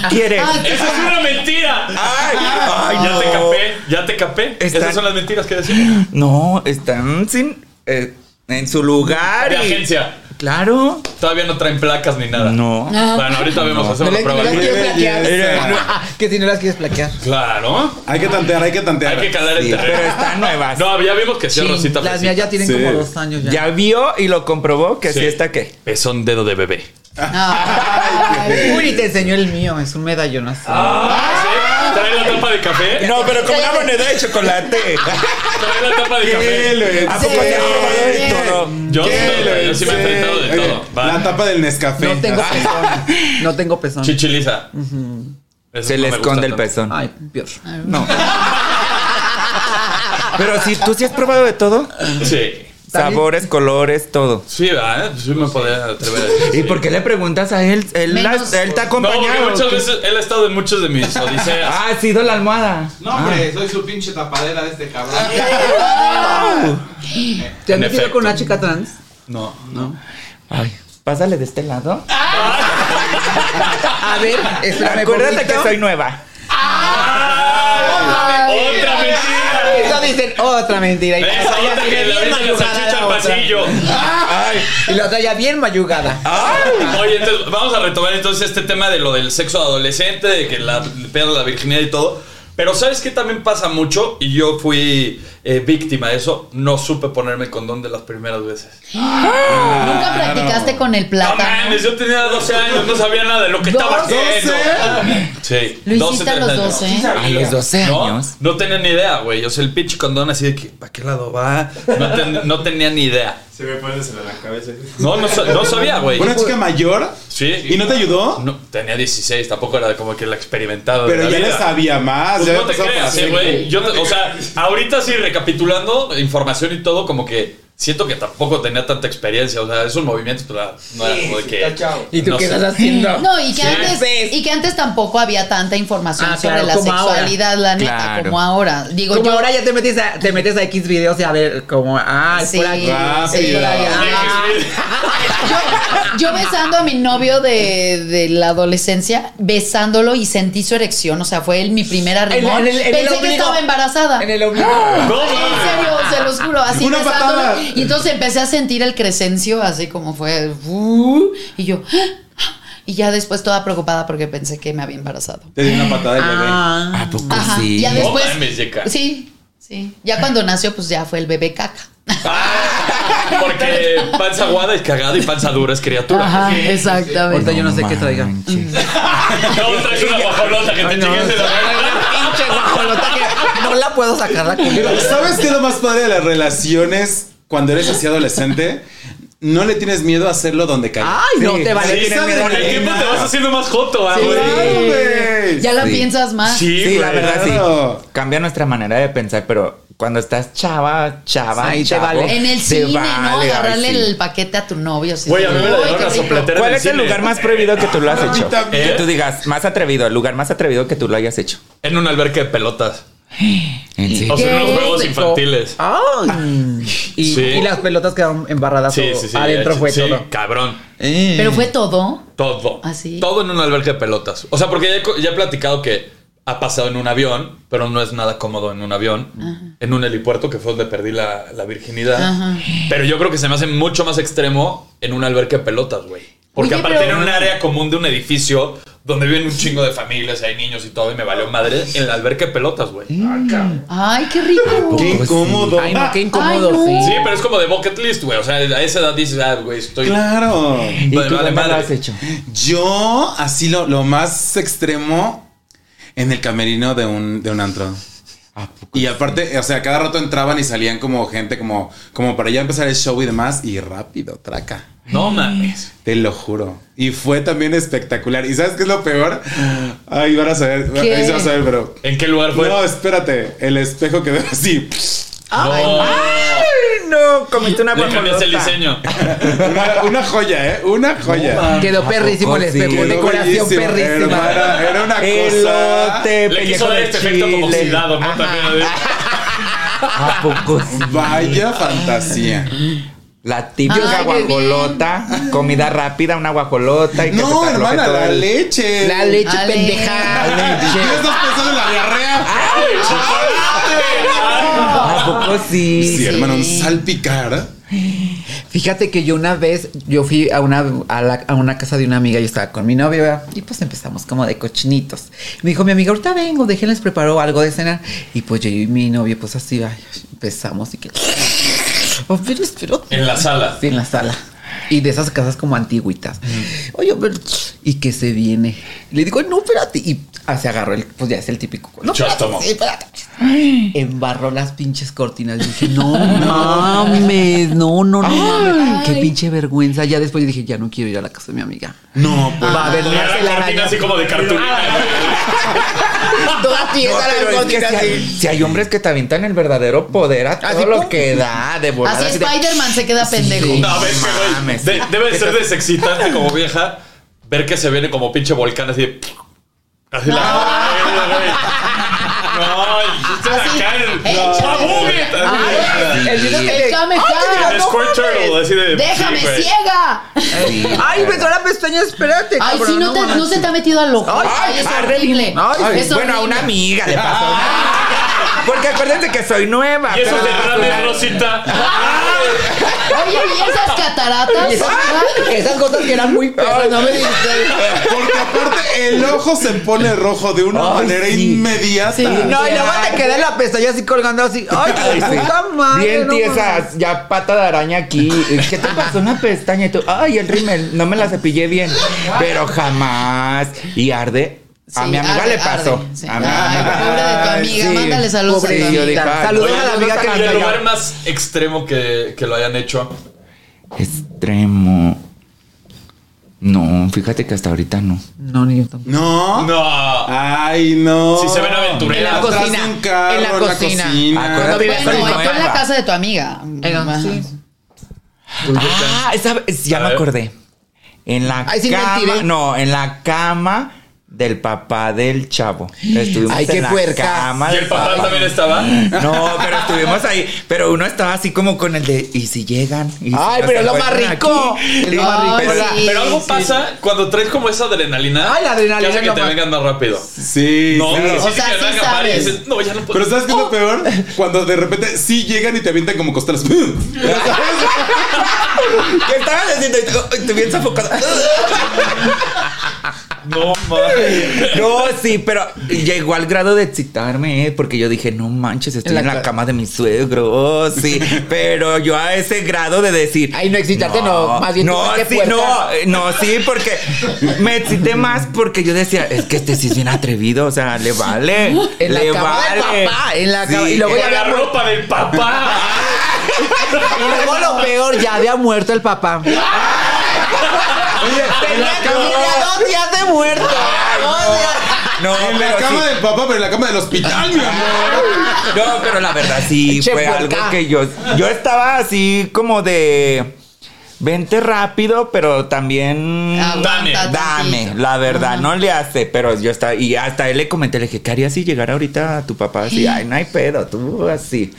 Speaker 5: ¿Quieres?
Speaker 2: Ah,
Speaker 1: ¡Eso es una mentira!
Speaker 5: Ay, ay,
Speaker 1: Ya te
Speaker 5: Ah, no.
Speaker 1: capé, ya te capé.
Speaker 5: Está-
Speaker 1: Esas son las mentiras que decimos.
Speaker 5: No, están sin. eh, en su lugar.
Speaker 1: De
Speaker 5: y-
Speaker 1: agencia. Ah.
Speaker 5: Claro.
Speaker 1: Todavía no traen placas ni nada.
Speaker 5: No.
Speaker 2: Ah,
Speaker 1: Bueno, ahorita vemos,
Speaker 3: No
Speaker 1: hacemos
Speaker 3: le-
Speaker 1: la
Speaker 3: no
Speaker 1: prueba.
Speaker 3: las quieres
Speaker 4: Belleza.
Speaker 3: plaquear. Que si no las quieres plaquear.
Speaker 1: Claro.
Speaker 4: Hay que tantear, hay que tantear.
Speaker 1: Hay que calar el
Speaker 5: Sí, pero
Speaker 1: terreno.
Speaker 5: están nuevas.
Speaker 1: No, ya vimos que sí,
Speaker 3: Chin,
Speaker 1: Rosita
Speaker 3: Las mías ya tienen
Speaker 4: Sí.
Speaker 3: como dos años ya.
Speaker 5: Ya vio y lo comprobó que sí,
Speaker 1: Sí.
Speaker 5: está qué.
Speaker 1: Pezón dedo de bebé.
Speaker 2: Ay,
Speaker 3: Uy, te enseñó el mío, es un medallón así.
Speaker 1: Ah, sí. Trae la tapa de café.
Speaker 5: No, pero como una moneda de chocolate.
Speaker 1: Trae la tapa de
Speaker 4: ¿Qué lo
Speaker 1: café.
Speaker 4: es?
Speaker 5: ¿A poco te has probado de todo?
Speaker 1: Ah, Yo sí,
Speaker 4: ¿Qué lo
Speaker 1: yo sí me he
Speaker 4: es?
Speaker 1: enfrentado de
Speaker 4: Oye,
Speaker 1: todo. Va.
Speaker 4: La tapa del Nescafé.
Speaker 3: No tengo pezón. No tengo pezón.
Speaker 1: Chichiliza. Eso
Speaker 5: Se
Speaker 1: no
Speaker 5: le
Speaker 1: me gusta
Speaker 5: esconde el
Speaker 1: tanto.
Speaker 5: pezón.
Speaker 3: Ay, peor.
Speaker 5: No. Pero si tú sí has probado de todo.
Speaker 1: Sí.
Speaker 5: Sabores, colores, todo.
Speaker 1: Sí, ¿verdad? Sí me podría atrever a decir.
Speaker 5: ¿Y
Speaker 1: sí.
Speaker 5: por qué le preguntas a él? Él,
Speaker 2: Menos-
Speaker 5: la- él te ha
Speaker 1: No, porque
Speaker 5: acompañado.
Speaker 1: muchas veces él ha estado en muchos de mis odiseas.
Speaker 5: Ah, ha sido la almohada.
Speaker 6: No,
Speaker 4: Ah.
Speaker 6: hombre, soy su pinche tapadera de este cabrón.
Speaker 3: ¿Te
Speaker 1: En
Speaker 3: han metido
Speaker 1: efecto.
Speaker 3: con una chica trans?
Speaker 1: No.
Speaker 5: Ay, pásale de este lado.
Speaker 3: A ver, espérame
Speaker 5: Acuérdate que
Speaker 3: poquito.
Speaker 5: soy nueva.
Speaker 2: Ah, ay,
Speaker 1: ¡Otra
Speaker 2: ay,
Speaker 1: mentira!
Speaker 3: Eso dicen otra mentira. Y la
Speaker 1: Esa
Speaker 3: otra ya
Speaker 1: otra que
Speaker 3: bien
Speaker 1: le avientan la
Speaker 3: mayugada
Speaker 1: salchicha al
Speaker 3: la otra.
Speaker 1: pasillo.
Speaker 3: Ay, y la otra ya bien mayugada.
Speaker 1: Oye, entonces vamos a retomar entonces este tema de lo del sexo adolescente, de que la le pierda la virginidad y todo. Pero sabes que también pasa mucho y yo fui eh, víctima de eso. No supe ponerme condón de las primeras veces.
Speaker 2: Nunca practicaste con el
Speaker 1: No
Speaker 2: plátano.
Speaker 1: mames, yo tenía 12 años, no sabía nada de lo que estaba
Speaker 2: ¿Doce?
Speaker 1: haciendo. Sí.
Speaker 2: Lo hiciste a
Speaker 1: 13
Speaker 2: los
Speaker 1: años.
Speaker 2: 12.
Speaker 5: A los 12
Speaker 1: ¿No?
Speaker 5: años.
Speaker 1: no tenía ni idea, güey. O sea, el pinche condón así de que, ¿para qué lado va? No, ten- no tenía ni idea.
Speaker 6: Se me pone en la cabeza.
Speaker 1: No, no, sa- no sabía, güey.
Speaker 4: Una chica mayor.
Speaker 1: Sí.
Speaker 4: ¿Y no te ayudó?
Speaker 1: No, tenía 16, tampoco era como que la experimentado.
Speaker 4: Pero
Speaker 1: de la
Speaker 4: ya le
Speaker 1: vida.
Speaker 4: sabía más.
Speaker 1: Pues
Speaker 4: ya
Speaker 1: no te
Speaker 4: empezó a
Speaker 1: creas,
Speaker 4: pasar.
Speaker 1: eh, güey. Yo te- o sea, ahorita sí, recapitulando información y todo, como que siento que tampoco tenía tanta experiencia. O sea, esos movimientos pues, ah, no era como de que.
Speaker 3: ¿Y tú
Speaker 1: no
Speaker 3: qué
Speaker 1: sé.
Speaker 3: estás haciendo?
Speaker 2: No, y que,
Speaker 1: Sí.
Speaker 2: antes, y que antes tampoco había tanta información
Speaker 3: Ah,
Speaker 2: sobre
Speaker 3: claro,
Speaker 2: la
Speaker 3: como ahora.
Speaker 2: sexualidad, la neta,
Speaker 5: Claro.
Speaker 2: como ahora. Digo,
Speaker 3: Como
Speaker 2: yo
Speaker 3: ahora ya te metes a, te metes a X videos y a ver como ah, es
Speaker 2: Sí,
Speaker 3: por aquí.
Speaker 4: Rápido.
Speaker 3: es por allá.
Speaker 2: Yo besando a mi novio de, de la adolescencia, besándolo y sentí su erección. O sea, fue él mi primera
Speaker 3: En
Speaker 2: rimón.
Speaker 3: el- en el
Speaker 2: Pensé que
Speaker 3: ombligo.
Speaker 2: estaba embarazada.
Speaker 3: En el ombligo.
Speaker 1: No,
Speaker 2: En
Speaker 1: mames.
Speaker 2: serio, se los juro, así
Speaker 4: Una
Speaker 2: besándolo.
Speaker 4: patada.
Speaker 2: Y entonces empecé a sentir el crecencio, así como fue. uh, y yo. ah, Y ya después toda preocupada porque pensé que me había embarazado.
Speaker 4: Te di una patada del bebé.
Speaker 3: Ah.
Speaker 5: ¿A poco
Speaker 2: Ajá.
Speaker 5: Pues sí?
Speaker 2: Ya después.
Speaker 1: No mames, Yeka.
Speaker 2: sí, sí. Ya cuando nació, pues ya fue el bebé caca.
Speaker 1: Ah, porque panza aguada es cagada y panza dura es criatura.
Speaker 3: Ahorita
Speaker 2: exactamente.
Speaker 3: yo no sé qué traiga.
Speaker 5: manches.
Speaker 1: No traes una guajolota que te
Speaker 3: Ay, no,
Speaker 1: chingues de la
Speaker 3: pinche guajolota que no la puedo sacar la comida.
Speaker 4: Pero, ¿sabes qué es lo más padre de las relaciones cuando eres así adolescente? No le tienes miedo a hacerlo donde caiga.
Speaker 3: Ay, no
Speaker 5: Sí.
Speaker 3: te vale.
Speaker 4: Sí,
Speaker 3: tienes
Speaker 4: sabe
Speaker 3: miedo
Speaker 4: de
Speaker 3: a
Speaker 1: Con el
Speaker 3: la
Speaker 1: tiempo
Speaker 3: arena.
Speaker 1: te vas haciendo más joto, ah, güey.
Speaker 4: Claro, güey.
Speaker 2: Ya la
Speaker 5: Sí.
Speaker 2: piensas más.
Speaker 1: Sí,
Speaker 5: Sí,
Speaker 1: güey.
Speaker 5: la verdad
Speaker 4: Claro.
Speaker 5: sí. Cambia nuestra manera de pensar, pero cuando estás chava, chava,
Speaker 3: Sí, te
Speaker 5: chavo,
Speaker 3: vale.
Speaker 2: En el
Speaker 5: te
Speaker 2: cine, ¿no?
Speaker 5: vale, ay,
Speaker 2: Agarrarle
Speaker 5: sí.
Speaker 2: el paquete a tu novio. sí,
Speaker 1: Güey,
Speaker 2: sí.
Speaker 1: a mí me
Speaker 2: Uy,
Speaker 1: la
Speaker 2: qué
Speaker 1: dieron la
Speaker 2: rico.
Speaker 1: sopletera.
Speaker 5: ¿Cuál
Speaker 1: en
Speaker 5: es el
Speaker 1: cine.
Speaker 5: lugar más prohibido que tú lo has hecho?
Speaker 1: también.
Speaker 5: Que tú digas, más atrevido, el lugar más atrevido que tú lo hayas hecho.
Speaker 1: En un alberca de pelotas.
Speaker 5: En sí.
Speaker 1: O sea, en unos
Speaker 2: ¿Qué?
Speaker 1: juegos
Speaker 3: Ah,
Speaker 1: infantiles.
Speaker 3: Ay. Y,
Speaker 1: Sí.
Speaker 3: y las pelotas quedaron embarradas.
Speaker 1: Sí,
Speaker 3: o
Speaker 1: sí, sí.
Speaker 3: adentro fue
Speaker 1: sí,
Speaker 3: todo.
Speaker 1: Cabrón.
Speaker 2: Pero fue todo.
Speaker 1: Todo.
Speaker 2: ¿Ah, sí?
Speaker 1: Todo en un albergue de pelotas. O sea, porque ya he, co- ya he platicado que ha pasado en un avión, pero no es nada cómodo en un avión. En un helipuerto, que fue donde perdí la, la virginidad.
Speaker 2: Ajá.
Speaker 1: Pero yo creo que se me hace mucho más extremo en un albergue de pelotas, güey. Porque
Speaker 2: Oye,
Speaker 1: aparte
Speaker 2: pero-
Speaker 1: era un área común de un edificio donde viven un chingo de familias, hay niños y todo, y me valió madre en el albergue de pelotas, güey. Ah,
Speaker 2: Ay, qué rico.
Speaker 4: Qué incómodo.
Speaker 3: Ay, no, qué incómodo,
Speaker 2: Ay, no.
Speaker 3: sí.
Speaker 1: Sí, pero es como de bucket list, güey. O sea, a esa edad dices, ah, güey, estoy.
Speaker 4: Claro.
Speaker 5: ¿Y tú
Speaker 1: Vale, vale,
Speaker 5: dónde lo
Speaker 1: madre.
Speaker 5: has hecho?
Speaker 4: Yo, así lo, lo más extremo en el camerino de un, de un antro. Y aparte, o sea, cada rato entraban y salían como gente, como, como para ya empezar el show y demás, y rápido, traca.
Speaker 1: No mames.
Speaker 4: Te lo juro. Y fue también espectacular. ¿Y sabes qué es lo peor? Ay, van a saber,
Speaker 2: ¿Qué?
Speaker 4: ahí se va a saber, pero.
Speaker 1: ¿En qué lugar fue?
Speaker 4: No, espérate. El espejo quedó así.
Speaker 1: No.
Speaker 5: Ay, no, comiste una
Speaker 1: Le cambiaste el
Speaker 5: guajolota.
Speaker 1: diseño.
Speaker 4: Una, una joya, ¿eh? Una joya.
Speaker 3: Quedó
Speaker 5: ¿A
Speaker 3: perrísimo
Speaker 5: poco
Speaker 3: el espejo,
Speaker 5: sí?
Speaker 3: decoración
Speaker 4: bellísimo,
Speaker 3: perrísima.
Speaker 4: hermana, Era una cosa.
Speaker 5: Elote,
Speaker 1: Le
Speaker 5: pellejo
Speaker 1: quiso dar
Speaker 5: de
Speaker 1: este efecto como
Speaker 5: chile.
Speaker 1: oxidado, ¿no? También.
Speaker 5: ¿A poco sí?
Speaker 4: Vaya fantasía.
Speaker 5: La típica
Speaker 2: Ay, qué bien.
Speaker 5: guajolota, comida rápida, una guajolota. Y que se
Speaker 4: No,
Speaker 5: te antoje
Speaker 4: hermana,
Speaker 5: todo
Speaker 4: la
Speaker 5: el-
Speaker 4: leche. Ah,
Speaker 3: La leche
Speaker 2: Ale.
Speaker 3: pendeja.
Speaker 4: ¿Qué estás pensando en la diarrea?
Speaker 5: ¿A poco sí?
Speaker 4: Sí,
Speaker 2: Sí.
Speaker 4: hermano, un salpicar.
Speaker 3: Fíjate que yo una vez, yo fui a una, a, la- a una casa de una amiga, yo estaba con mi novia ¿verdad? y pues empezamos como de cochinitos. Me dijo mi amiga, ahorita vengo, déjenles preparó algo de cenar. Y pues yo y mi novia, pues así, ay, empezamos y que... Oh, pero espérate.
Speaker 1: En la sala.
Speaker 3: Sí, en la sala. Y de esas casas como antiguitas. Oye, pero- y que se viene. Le digo, no, espérate. Y ah, se agarró el, pues ya es el típico. No,
Speaker 1: Chóstomo.
Speaker 3: espérate, sí, espérate. Embarró las pinches cortinas. Yo dije, no mames, no, no, no mames. Qué pinche vergüenza. Ya después yo dije, ya no quiero ir a la casa de mi amiga.
Speaker 4: No, pues.
Speaker 3: Va a ver, me
Speaker 1: Era la
Speaker 3: hace la Ah,
Speaker 1: cortina
Speaker 3: araña.
Speaker 1: así como de cartulina.
Speaker 3: Toda
Speaker 5: No,
Speaker 3: tiesa la
Speaker 5: Ah, pero es que
Speaker 3: cortina
Speaker 5: si hay,
Speaker 3: así.
Speaker 5: si hay hombres que te aventan el verdadero poder a todo
Speaker 3: Así,
Speaker 5: lo
Speaker 3: pum.
Speaker 5: que da de volar.
Speaker 2: Así
Speaker 5: así de-
Speaker 2: Spider-Man se queda pendejo.
Speaker 1: No, a ver, que, güey,
Speaker 5: Mames.
Speaker 1: de- debe de ser desexcitante como vieja ver que se viene como pinche volcán así de. Así la. No, hiciste la
Speaker 2: Así,
Speaker 1: cara.
Speaker 2: échale.
Speaker 1: ¡Chabugue!
Speaker 3: Ay, el video que
Speaker 2: El
Speaker 3: le-
Speaker 2: Kamehameha.
Speaker 1: El Squirt Turtle, así de.
Speaker 2: ¡Déjame
Speaker 1: sí, güey.
Speaker 2: ciega!
Speaker 5: Sí.
Speaker 3: Ay, me duele la pestaña, espérate.
Speaker 2: Ay,
Speaker 3: cabrón,
Speaker 2: si no, te,
Speaker 3: mames.
Speaker 2: no se te ha metido al ojo.
Speaker 5: Ay,
Speaker 2: Ay, es
Speaker 5: ay,
Speaker 2: horrible.
Speaker 5: Ay,
Speaker 2: Es
Speaker 5: bueno, a una
Speaker 2: horrible.
Speaker 5: amiga le pasó. a una amiga. Porque acuérdense que soy nueva.
Speaker 1: Y eso
Speaker 5: pero-
Speaker 1: de derrames, Rosita. Ah,
Speaker 2: Oye, ¿y esas cataratas? Ah,
Speaker 3: Esas- Esas cosas que eran muy pesadas, no me digas.
Speaker 4: Porque aparte el ojo se pone rojo de una
Speaker 5: Ay,
Speaker 4: manera
Speaker 5: sí.
Speaker 4: inmediata.
Speaker 3: No, y luego te queda la pestaña así colgando así. Ay,
Speaker 5: Ay,
Speaker 2: Ah,
Speaker 5: sí.
Speaker 3: qué puta madre.
Speaker 5: Bien
Speaker 3: no
Speaker 5: tiesas, ya pata de araña aquí. ¿Qué te pasó una pestaña? Y tú, ay, el rímel, no me la cepillé bien. Pero jamás. Y arde. a
Speaker 2: Sí,
Speaker 5: mi amiga
Speaker 2: arde,
Speaker 5: le pasó.
Speaker 2: arde, sí.
Speaker 5: A mi
Speaker 2: Ay,
Speaker 5: amiga.
Speaker 2: pobre de tu amiga, mándale saludos a tu
Speaker 5: Pobrecita.
Speaker 2: amiga.
Speaker 5: Yo dije, ay,
Speaker 3: Saludos
Speaker 5: no,
Speaker 3: a la
Speaker 5: no,
Speaker 3: amiga
Speaker 5: no,
Speaker 3: que
Speaker 5: no,
Speaker 1: Y
Speaker 3: nos
Speaker 1: el
Speaker 5: no, no.
Speaker 1: lugar más extremo que, que lo hayan hecho.
Speaker 5: Extremo. No, fíjate que hasta ahorita no.
Speaker 3: No, ni yo tampoco.
Speaker 4: No.
Speaker 1: No.
Speaker 4: Ay, no.
Speaker 1: Si se ven aventureras.
Speaker 4: Atrás de
Speaker 2: cocina,
Speaker 4: un carro,
Speaker 2: en la
Speaker 4: en la
Speaker 2: cocina.
Speaker 4: cocina.
Speaker 5: Acuérdate que
Speaker 2: Bueno,
Speaker 5: soy
Speaker 2: y tú en la
Speaker 5: nueva.
Speaker 2: casa de tu amiga. Ajá.
Speaker 3: Pues
Speaker 5: Ah, esa- es- ya
Speaker 1: A
Speaker 5: me
Speaker 1: ver.
Speaker 5: acordé. En la
Speaker 3: Ay, sí,
Speaker 5: cama.
Speaker 3: mentiré.
Speaker 5: No, en la cama del papá del chavo. Estuvimos
Speaker 3: Ay,
Speaker 5: en
Speaker 3: qué
Speaker 5: la
Speaker 3: puerca.
Speaker 5: cama
Speaker 1: Y
Speaker 5: del
Speaker 1: el papá también estaba.
Speaker 5: No, pero estuvimos ahí. Pero uno estaba así como con el de. ¿Y si llegan? ¿Y si
Speaker 3: Ay,
Speaker 5: nos
Speaker 3: pero es lo más
Speaker 5: encuentran
Speaker 3: rico.
Speaker 5: aquí?"
Speaker 3: Es lo más
Speaker 5: Ay,
Speaker 3: rico.
Speaker 5: pero la-
Speaker 2: Sí,
Speaker 1: Pero algo
Speaker 2: sí.
Speaker 1: pasa cuando traes como esa Ah, adrenalina.
Speaker 3: Ay, la adrenalina
Speaker 1: Que hace que
Speaker 3: es lo
Speaker 1: te
Speaker 3: más-
Speaker 1: vengan más rápido.
Speaker 4: Sí.
Speaker 1: No,
Speaker 4: sí.
Speaker 1: pero sí,
Speaker 2: O sea,
Speaker 1: que
Speaker 2: sí
Speaker 1: venga, pare,
Speaker 2: sabes.
Speaker 1: dices, no, ya no puedo.
Speaker 4: Pero ¿sabes qué es lo peor? Cuando de repente sí llegan y te avientan como costelas. Ya sabes.
Speaker 5: ¿Qué estabas haciendo? Y tú- y tú bien sofocada.
Speaker 1: No, mames.
Speaker 5: No, sí, pero llegó al grado de excitarme, ¿eh? porque yo dije, no manches, estoy
Speaker 3: La
Speaker 5: en la
Speaker 3: ca-
Speaker 5: cama de mi suegro, oh, sí, pero yo a ese grado de decir...
Speaker 3: Ay, no, excitarte no, más bien
Speaker 5: no,
Speaker 3: tú, qué
Speaker 5: sí,
Speaker 3: puerca.
Speaker 5: no, eh, no, sí, porque me excité más porque yo decía, es que este sí es bien atrevido, o sea, le vale,
Speaker 3: En la
Speaker 5: le
Speaker 3: cama del
Speaker 5: vale.
Speaker 3: papá, en la cama- y luego
Speaker 1: Con
Speaker 3: ya
Speaker 1: la
Speaker 3: habíamos-
Speaker 1: ropa del papá.
Speaker 3: Y luego lo peor, ya había muerto el papá.
Speaker 5: en la
Speaker 3: Tenía
Speaker 5: cama...
Speaker 3: dos días de muerto.
Speaker 5: No,
Speaker 4: En la
Speaker 5: pero sí.
Speaker 4: cama del papá, pero en la cama del hospital, mi amor.
Speaker 5: No, pero la verdad sí
Speaker 3: Che,
Speaker 5: fue
Speaker 3: puerca.
Speaker 5: algo que yo yo estaba así como de vente rápido, pero también
Speaker 2: Aguanta
Speaker 1: Dame,
Speaker 5: dame,
Speaker 2: tantito.
Speaker 5: la verdad no le hace, pero yo estaba y hasta él le comenté, le dije, ¿qué harías si llegara ahorita a tu papá así? Ay, no hay pedo, tú así.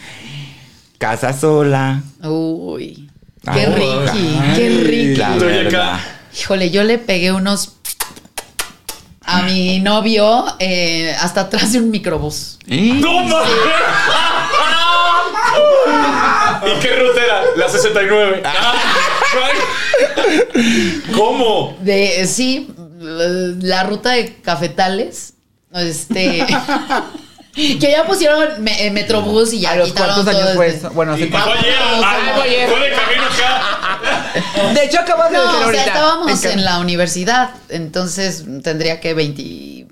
Speaker 5: Casa sola.
Speaker 2: Uy. Qué
Speaker 5: Ay,
Speaker 2: riqui,
Speaker 5: ay,
Speaker 2: qué riqui.
Speaker 5: La
Speaker 1: Estoy acá.
Speaker 5: verdad.
Speaker 2: Híjole, yo le pegué unos a mi novio eh, hasta atrás de un microbús.
Speaker 1: ¡No mames! ¿Y qué ruta era? La 69. ¿Cómo?
Speaker 2: De eh, sí, la ruta de cafetales. Este. que ya pusieron me- eh, Metrobús y ya
Speaker 3: ¿A los
Speaker 2: quitaron
Speaker 3: cuántos
Speaker 2: todo
Speaker 3: años fue
Speaker 2: este-
Speaker 3: eso? Bueno, hace cuánto.
Speaker 1: Fue ayer. Ah,
Speaker 2: Fue ayer.
Speaker 1: Fue de camino acá.
Speaker 3: De hecho, acabas de
Speaker 2: No,
Speaker 3: decir
Speaker 2: o sea,
Speaker 3: ahorita.
Speaker 2: estábamos
Speaker 3: que-
Speaker 2: en la universidad, entonces tendría que 20.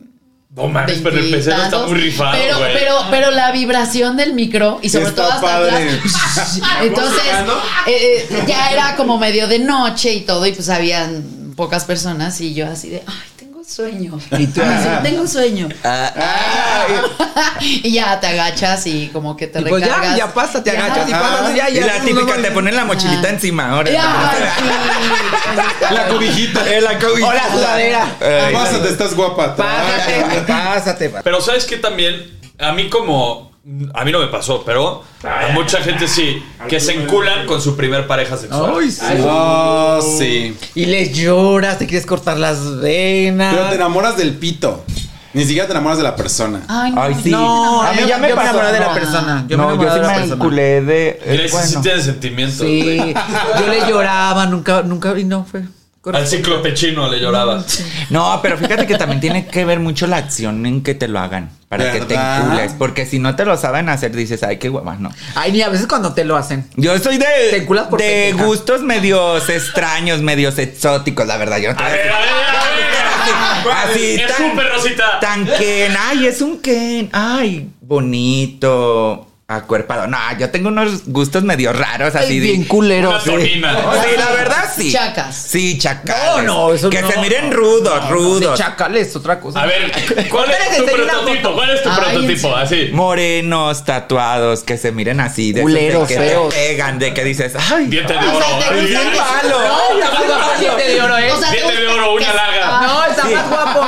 Speaker 1: No mames, pero el
Speaker 2: 20
Speaker 1: pecero está
Speaker 2: tantos.
Speaker 1: muy rifado,
Speaker 2: pero,
Speaker 1: güey.
Speaker 2: pero, pero la vibración del micro y sobre
Speaker 4: Está
Speaker 2: todo hasta
Speaker 4: padre.
Speaker 2: atrás. Entonces,
Speaker 6: llegando?
Speaker 2: eh, eh, ya era como medio de noche y todo, y pues habían pocas personas, y yo así de ay, tengo sueño.
Speaker 3: Y tú Ah.
Speaker 2: Así,
Speaker 3: así.
Speaker 2: tengo sueño.
Speaker 3: Ah,
Speaker 2: y ya te agachas y como que te
Speaker 3: y pues ya,
Speaker 2: recargas.
Speaker 3: ya pasa, te
Speaker 2: Ya.
Speaker 3: agachas ah. y
Speaker 4: Ajá.
Speaker 3: pasas. Ya,
Speaker 5: Y
Speaker 3: ya.
Speaker 5: la
Speaker 3: no,
Speaker 5: típica,
Speaker 3: no,
Speaker 5: te
Speaker 3: no.
Speaker 5: ponen la mochilita encima ahora.
Speaker 3: Ah.
Speaker 2: Ya, pues sí.
Speaker 4: La cobijita.
Speaker 5: Eh, la cobija.
Speaker 3: O la sudadera.
Speaker 5: Eh,
Speaker 4: Pásate, estás guapa.
Speaker 3: Pásate, pásate. pa-
Speaker 1: Pero sabes que también, a mí como. A mí no me pasó, pero a mucha gente sí, que se enculan con su primer pareja sexual.
Speaker 3: Ay, sí.
Speaker 4: Oh, sí.
Speaker 3: Y les lloras, te quieres cortar las venas.
Speaker 4: Pero te enamoras del pito. Ni siquiera te enamoras de la persona.
Speaker 2: Ay, no.
Speaker 5: Ay, sí.
Speaker 3: No, a
Speaker 5: A
Speaker 3: mí
Speaker 5: mí
Speaker 3: yo,
Speaker 5: ya me
Speaker 3: yo me
Speaker 5: pasó,
Speaker 3: enamoré de la
Speaker 5: no.
Speaker 3: persona. Yo me
Speaker 5: No,
Speaker 3: enamoré
Speaker 5: yo sí
Speaker 3: de la
Speaker 5: me
Speaker 3: persona.
Speaker 5: enculé de. eh,
Speaker 1: Ese sí
Speaker 5: bueno.
Speaker 1: tiene sentimientos. güey.
Speaker 3: Sí, yo le lloraba, nunca, nunca, y no fue.
Speaker 1: Al ciclopechino le lloraba.
Speaker 5: No, pero fíjate que también tiene que ver mucho la acción en que te lo hagan para que te
Speaker 4: ¿Verdad?
Speaker 5: encules. Porque si no te lo saben hacer, dices, ay, qué guapas, no.
Speaker 3: Ay, ni a veces cuando te lo hacen.
Speaker 5: Yo soy de,
Speaker 3: Te enculas por
Speaker 5: de
Speaker 3: pendeja.
Speaker 5: gustos medios extraños, medios exóticos, la verdad. Yo no te
Speaker 1: A
Speaker 5: voy a
Speaker 1: ver, a ver, a ver.
Speaker 5: Así,
Speaker 1: es
Speaker 5: tan-
Speaker 1: súper rosita.
Speaker 5: Tan Ken, ay, es un Ken, ay, bonito, acuerpado. No, yo tengo unos gustos medio raros así.
Speaker 3: Ay,
Speaker 5: de-
Speaker 3: bien culero.
Speaker 1: Una tonina.
Speaker 5: Sí, la verdad sí.
Speaker 2: Chacas.
Speaker 5: Sí, chacales.
Speaker 3: No, no, eso
Speaker 5: Que
Speaker 3: no.
Speaker 5: se miren rudos,
Speaker 3: De
Speaker 5: rudos.
Speaker 3: chacales, otra cosa.
Speaker 1: A ver, ¿cuál es
Speaker 3: Espérate,
Speaker 1: tu
Speaker 3: te di una
Speaker 1: prototipo?
Speaker 3: foto.
Speaker 1: ¿Cuál es tu
Speaker 2: Ay,
Speaker 1: prototipo? Así.
Speaker 5: Morenos, tatuados, que se miren así. De esos
Speaker 3: Culeros,
Speaker 5: de que te
Speaker 3: feos.
Speaker 5: pegan, de que dices, ay,
Speaker 1: Diente de
Speaker 2: O
Speaker 1: oro.
Speaker 2: sea, te
Speaker 1: Ay,
Speaker 2: gustan-
Speaker 1: bien
Speaker 5: malo.
Speaker 3: Ay, ya fue la siete de oro, ¿eh?
Speaker 2: O sea, te
Speaker 1: Diente de
Speaker 2: gusta
Speaker 1: oro, una
Speaker 2: que-
Speaker 1: laga.
Speaker 2: Ah,
Speaker 3: no, está
Speaker 5: Sí.
Speaker 3: más guapo.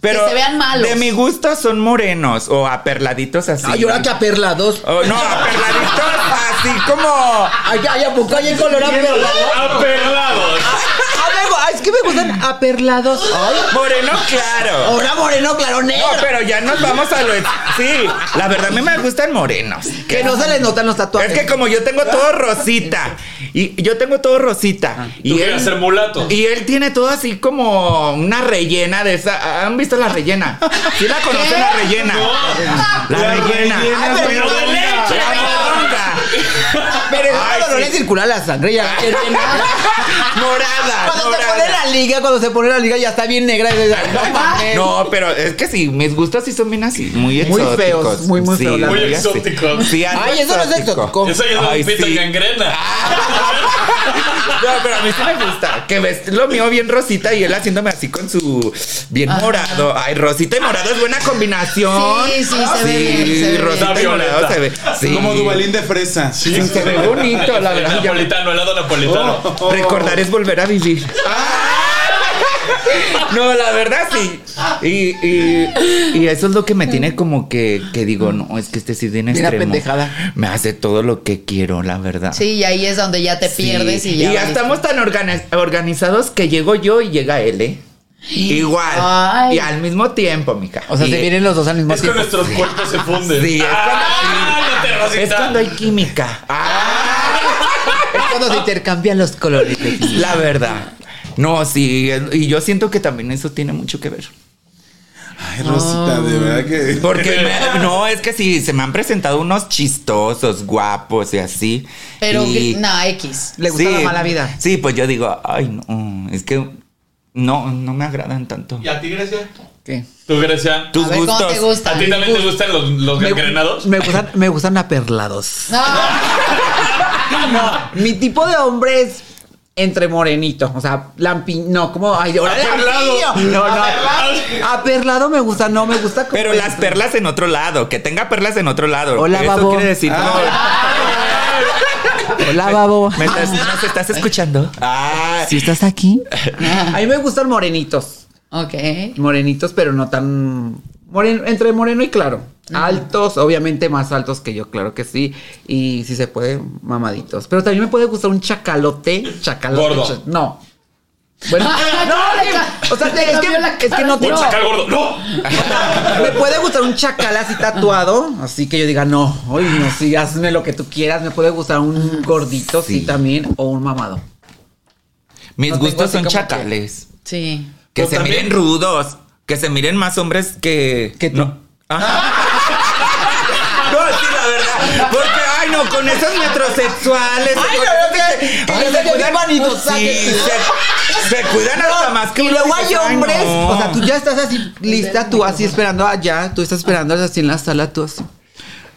Speaker 5: pero
Speaker 2: que se vean malos.
Speaker 5: De mi gusto son morenos o aperladitos así.
Speaker 3: Ay, ahora que a Perla dos.
Speaker 5: Oh, no, aperladitos así como
Speaker 3: Ay, ay, ¿a poco hay en colorado? Ah,
Speaker 1: Ah, Aperlados.
Speaker 3: Ay, ah, es que me gustan aperlados. Ay,
Speaker 5: moreno claro.
Speaker 3: ahora moreno, claro, negro.
Speaker 5: No, pero ya nos vamos a lo. Sí, la verdad a mí me gustan morenos.
Speaker 3: Que no se les notan los
Speaker 5: Es
Speaker 3: tatuajes.
Speaker 5: que como yo tengo todo rosita y yo tengo todo
Speaker 3: Ah,
Speaker 5: rosita
Speaker 1: Tú
Speaker 5: y él
Speaker 1: quieres ser mulato.
Speaker 5: y él tiene todo así como una rellena de esa. ¿Han visto la rellena? ¿Sí la conocen la rellena? La, rellena.
Speaker 3: Ay, pero
Speaker 1: Pero de leche.
Speaker 5: La redonda.
Speaker 3: Ah, Pero es
Speaker 5: Ay,
Speaker 3: cuando no
Speaker 5: sí.
Speaker 3: le circula la sangre ya.
Speaker 5: Morada.
Speaker 3: Cuando se
Speaker 5: morada.
Speaker 3: pone la liga, cuando se pone la liga ya está bien negra. y- No, mames.
Speaker 5: No, pero es que sí, mis gustos sí son bien así, muy
Speaker 3: Muy
Speaker 5: exóticos.
Speaker 3: feos, muy, muy
Speaker 5: Sí,
Speaker 3: feos, la
Speaker 1: Muy
Speaker 5: así.
Speaker 1: exóticos.
Speaker 5: Sí, algo
Speaker 3: Ay, eso no es exótico.
Speaker 1: Eso ya
Speaker 5: Ay,
Speaker 1: es un pito
Speaker 5: sí. Ah,
Speaker 1: en gangrena.
Speaker 5: No, pero a mí sí me gusta. Que ves lo mío bien rosita y él haciéndome así con su bien morado. Ay, rosita y morado es buena combinación.
Speaker 2: Sí, sí, se ve bien, se ve bien.
Speaker 5: rosita
Speaker 1: Está
Speaker 5: y morado
Speaker 1: violeta.
Speaker 5: se ve. Sí.
Speaker 4: Como Dubalín de fresa.
Speaker 5: Sí, se ve bonito, la
Speaker 1: El
Speaker 5: verdad. Oh. ya-
Speaker 1: napolitano, helado napolitano.
Speaker 5: Recordar es volver a vivir.
Speaker 2: Ah.
Speaker 5: No, la verdad sí. Y, y- y eso es lo que me tiene como que, que digo, no, es que este sí tiene
Speaker 3: Mira,
Speaker 5: extremo.
Speaker 3: pendejada.
Speaker 5: Me hace todo lo que quiero, la verdad.
Speaker 2: Sí, y ahí es donde ya te
Speaker 5: Sí.
Speaker 2: pierdes y ya. valiste.
Speaker 5: estamos tan organiz- organizados que llego yo y llega él, ¿eh? Igual.
Speaker 2: Ay.
Speaker 5: Y al mismo tiempo, mija.
Speaker 3: O sea,
Speaker 5: Y-
Speaker 3: se vienen los dos al mismo
Speaker 1: Es que
Speaker 3: tiempo.
Speaker 1: nuestros cuerpos se funden.
Speaker 5: Sí, es cuando-
Speaker 1: Ah, no te rosita.
Speaker 5: Es cuando hay química. Ah.
Speaker 3: Es cuando se intercambian los colores.
Speaker 5: La verdad. No, sí. Y yo siento que también eso tiene mucho que ver.
Speaker 4: Ay, Rosita, de verdad que.
Speaker 5: Porque me- no, es que sí, se me han presentado unos chistosos, guapos y así.
Speaker 2: Pero
Speaker 5: y-
Speaker 2: que- no, X.
Speaker 3: Le gusta la mala vida.
Speaker 5: Sí, pues yo digo, ay, no, es que no, no me agradan tanto.
Speaker 6: ¿Y a ti, Grecia?
Speaker 3: ¿Qué?
Speaker 1: ¿Tú, Grecia?
Speaker 5: Tus
Speaker 2: a ver, ¿cómo te
Speaker 5: gustos.
Speaker 2: gusta?
Speaker 1: ¿A ti también te gustan los, los
Speaker 3: Me,
Speaker 1: gangrenados?
Speaker 3: me gustan, me gustan aperlados.
Speaker 2: No,
Speaker 3: Mi tipo de hombre es entre morenito, o sea, lampi, no, como ay, ahora
Speaker 1: Aperlado.
Speaker 3: lampiño. No, no. Aperlado me gusta, no me gusta como
Speaker 5: Pero las perlas en otro lado, que tenga perlas en otro lado.
Speaker 3: Hola,
Speaker 5: Eso
Speaker 3: babo.
Speaker 5: quiere decir,
Speaker 3: Ah. Hola, babo.
Speaker 5: no, ¿me estás, ¿nos estás escuchando? Ah,
Speaker 3: Si estás aquí. A mí me gustan morenitos.
Speaker 2: ok.
Speaker 3: Morenitos, pero no tan. moren- entre moreno y claro. Altos, obviamente más altos que yo, claro que sí. Y si se puede, mamaditos. Pero también me puede gustar un chacalote. Chacalote.
Speaker 1: Gordo.
Speaker 3: cha- no. Bueno,
Speaker 2: No, le ca-
Speaker 3: o sea,
Speaker 2: le
Speaker 3: es que,
Speaker 2: cambió la
Speaker 3: es que no
Speaker 1: ¡Un
Speaker 3: tengo.
Speaker 1: chacal gordo! ¡No!
Speaker 3: Me puede gustar un chacal así tatuado, así que yo diga, no, hoy no, sí, hazme lo que tú quieras. Me puede gustar un gordito, sí,
Speaker 5: Sí.
Speaker 3: también, o un mamado.
Speaker 5: Mis
Speaker 3: No tengo
Speaker 5: gustos
Speaker 3: así
Speaker 5: son
Speaker 3: como que-
Speaker 5: chacales.
Speaker 2: Sí.
Speaker 5: Que
Speaker 1: Pues
Speaker 5: se
Speaker 1: también-
Speaker 5: miren rudos. Que se miren más hombres que.
Speaker 3: Que tú.
Speaker 5: No. Ajá. No, sí, la verdad. Porque, ay, no, con esos metrosexuales.
Speaker 3: Ay,
Speaker 5: con
Speaker 3: no, no,
Speaker 5: esos
Speaker 3: que- que
Speaker 5: ay,
Speaker 3: se
Speaker 5: se
Speaker 3: ven
Speaker 5: cuidan
Speaker 3: vanidosos,
Speaker 5: Sí, se, se cuidan hasta más que
Speaker 3: Y
Speaker 5: uno
Speaker 3: luego hay
Speaker 5: dice, ay,
Speaker 3: hombres,
Speaker 5: no.
Speaker 3: o sea, tú ya estás así lista, tú así esperando allá, tú estás esperando así en la sala, tú así.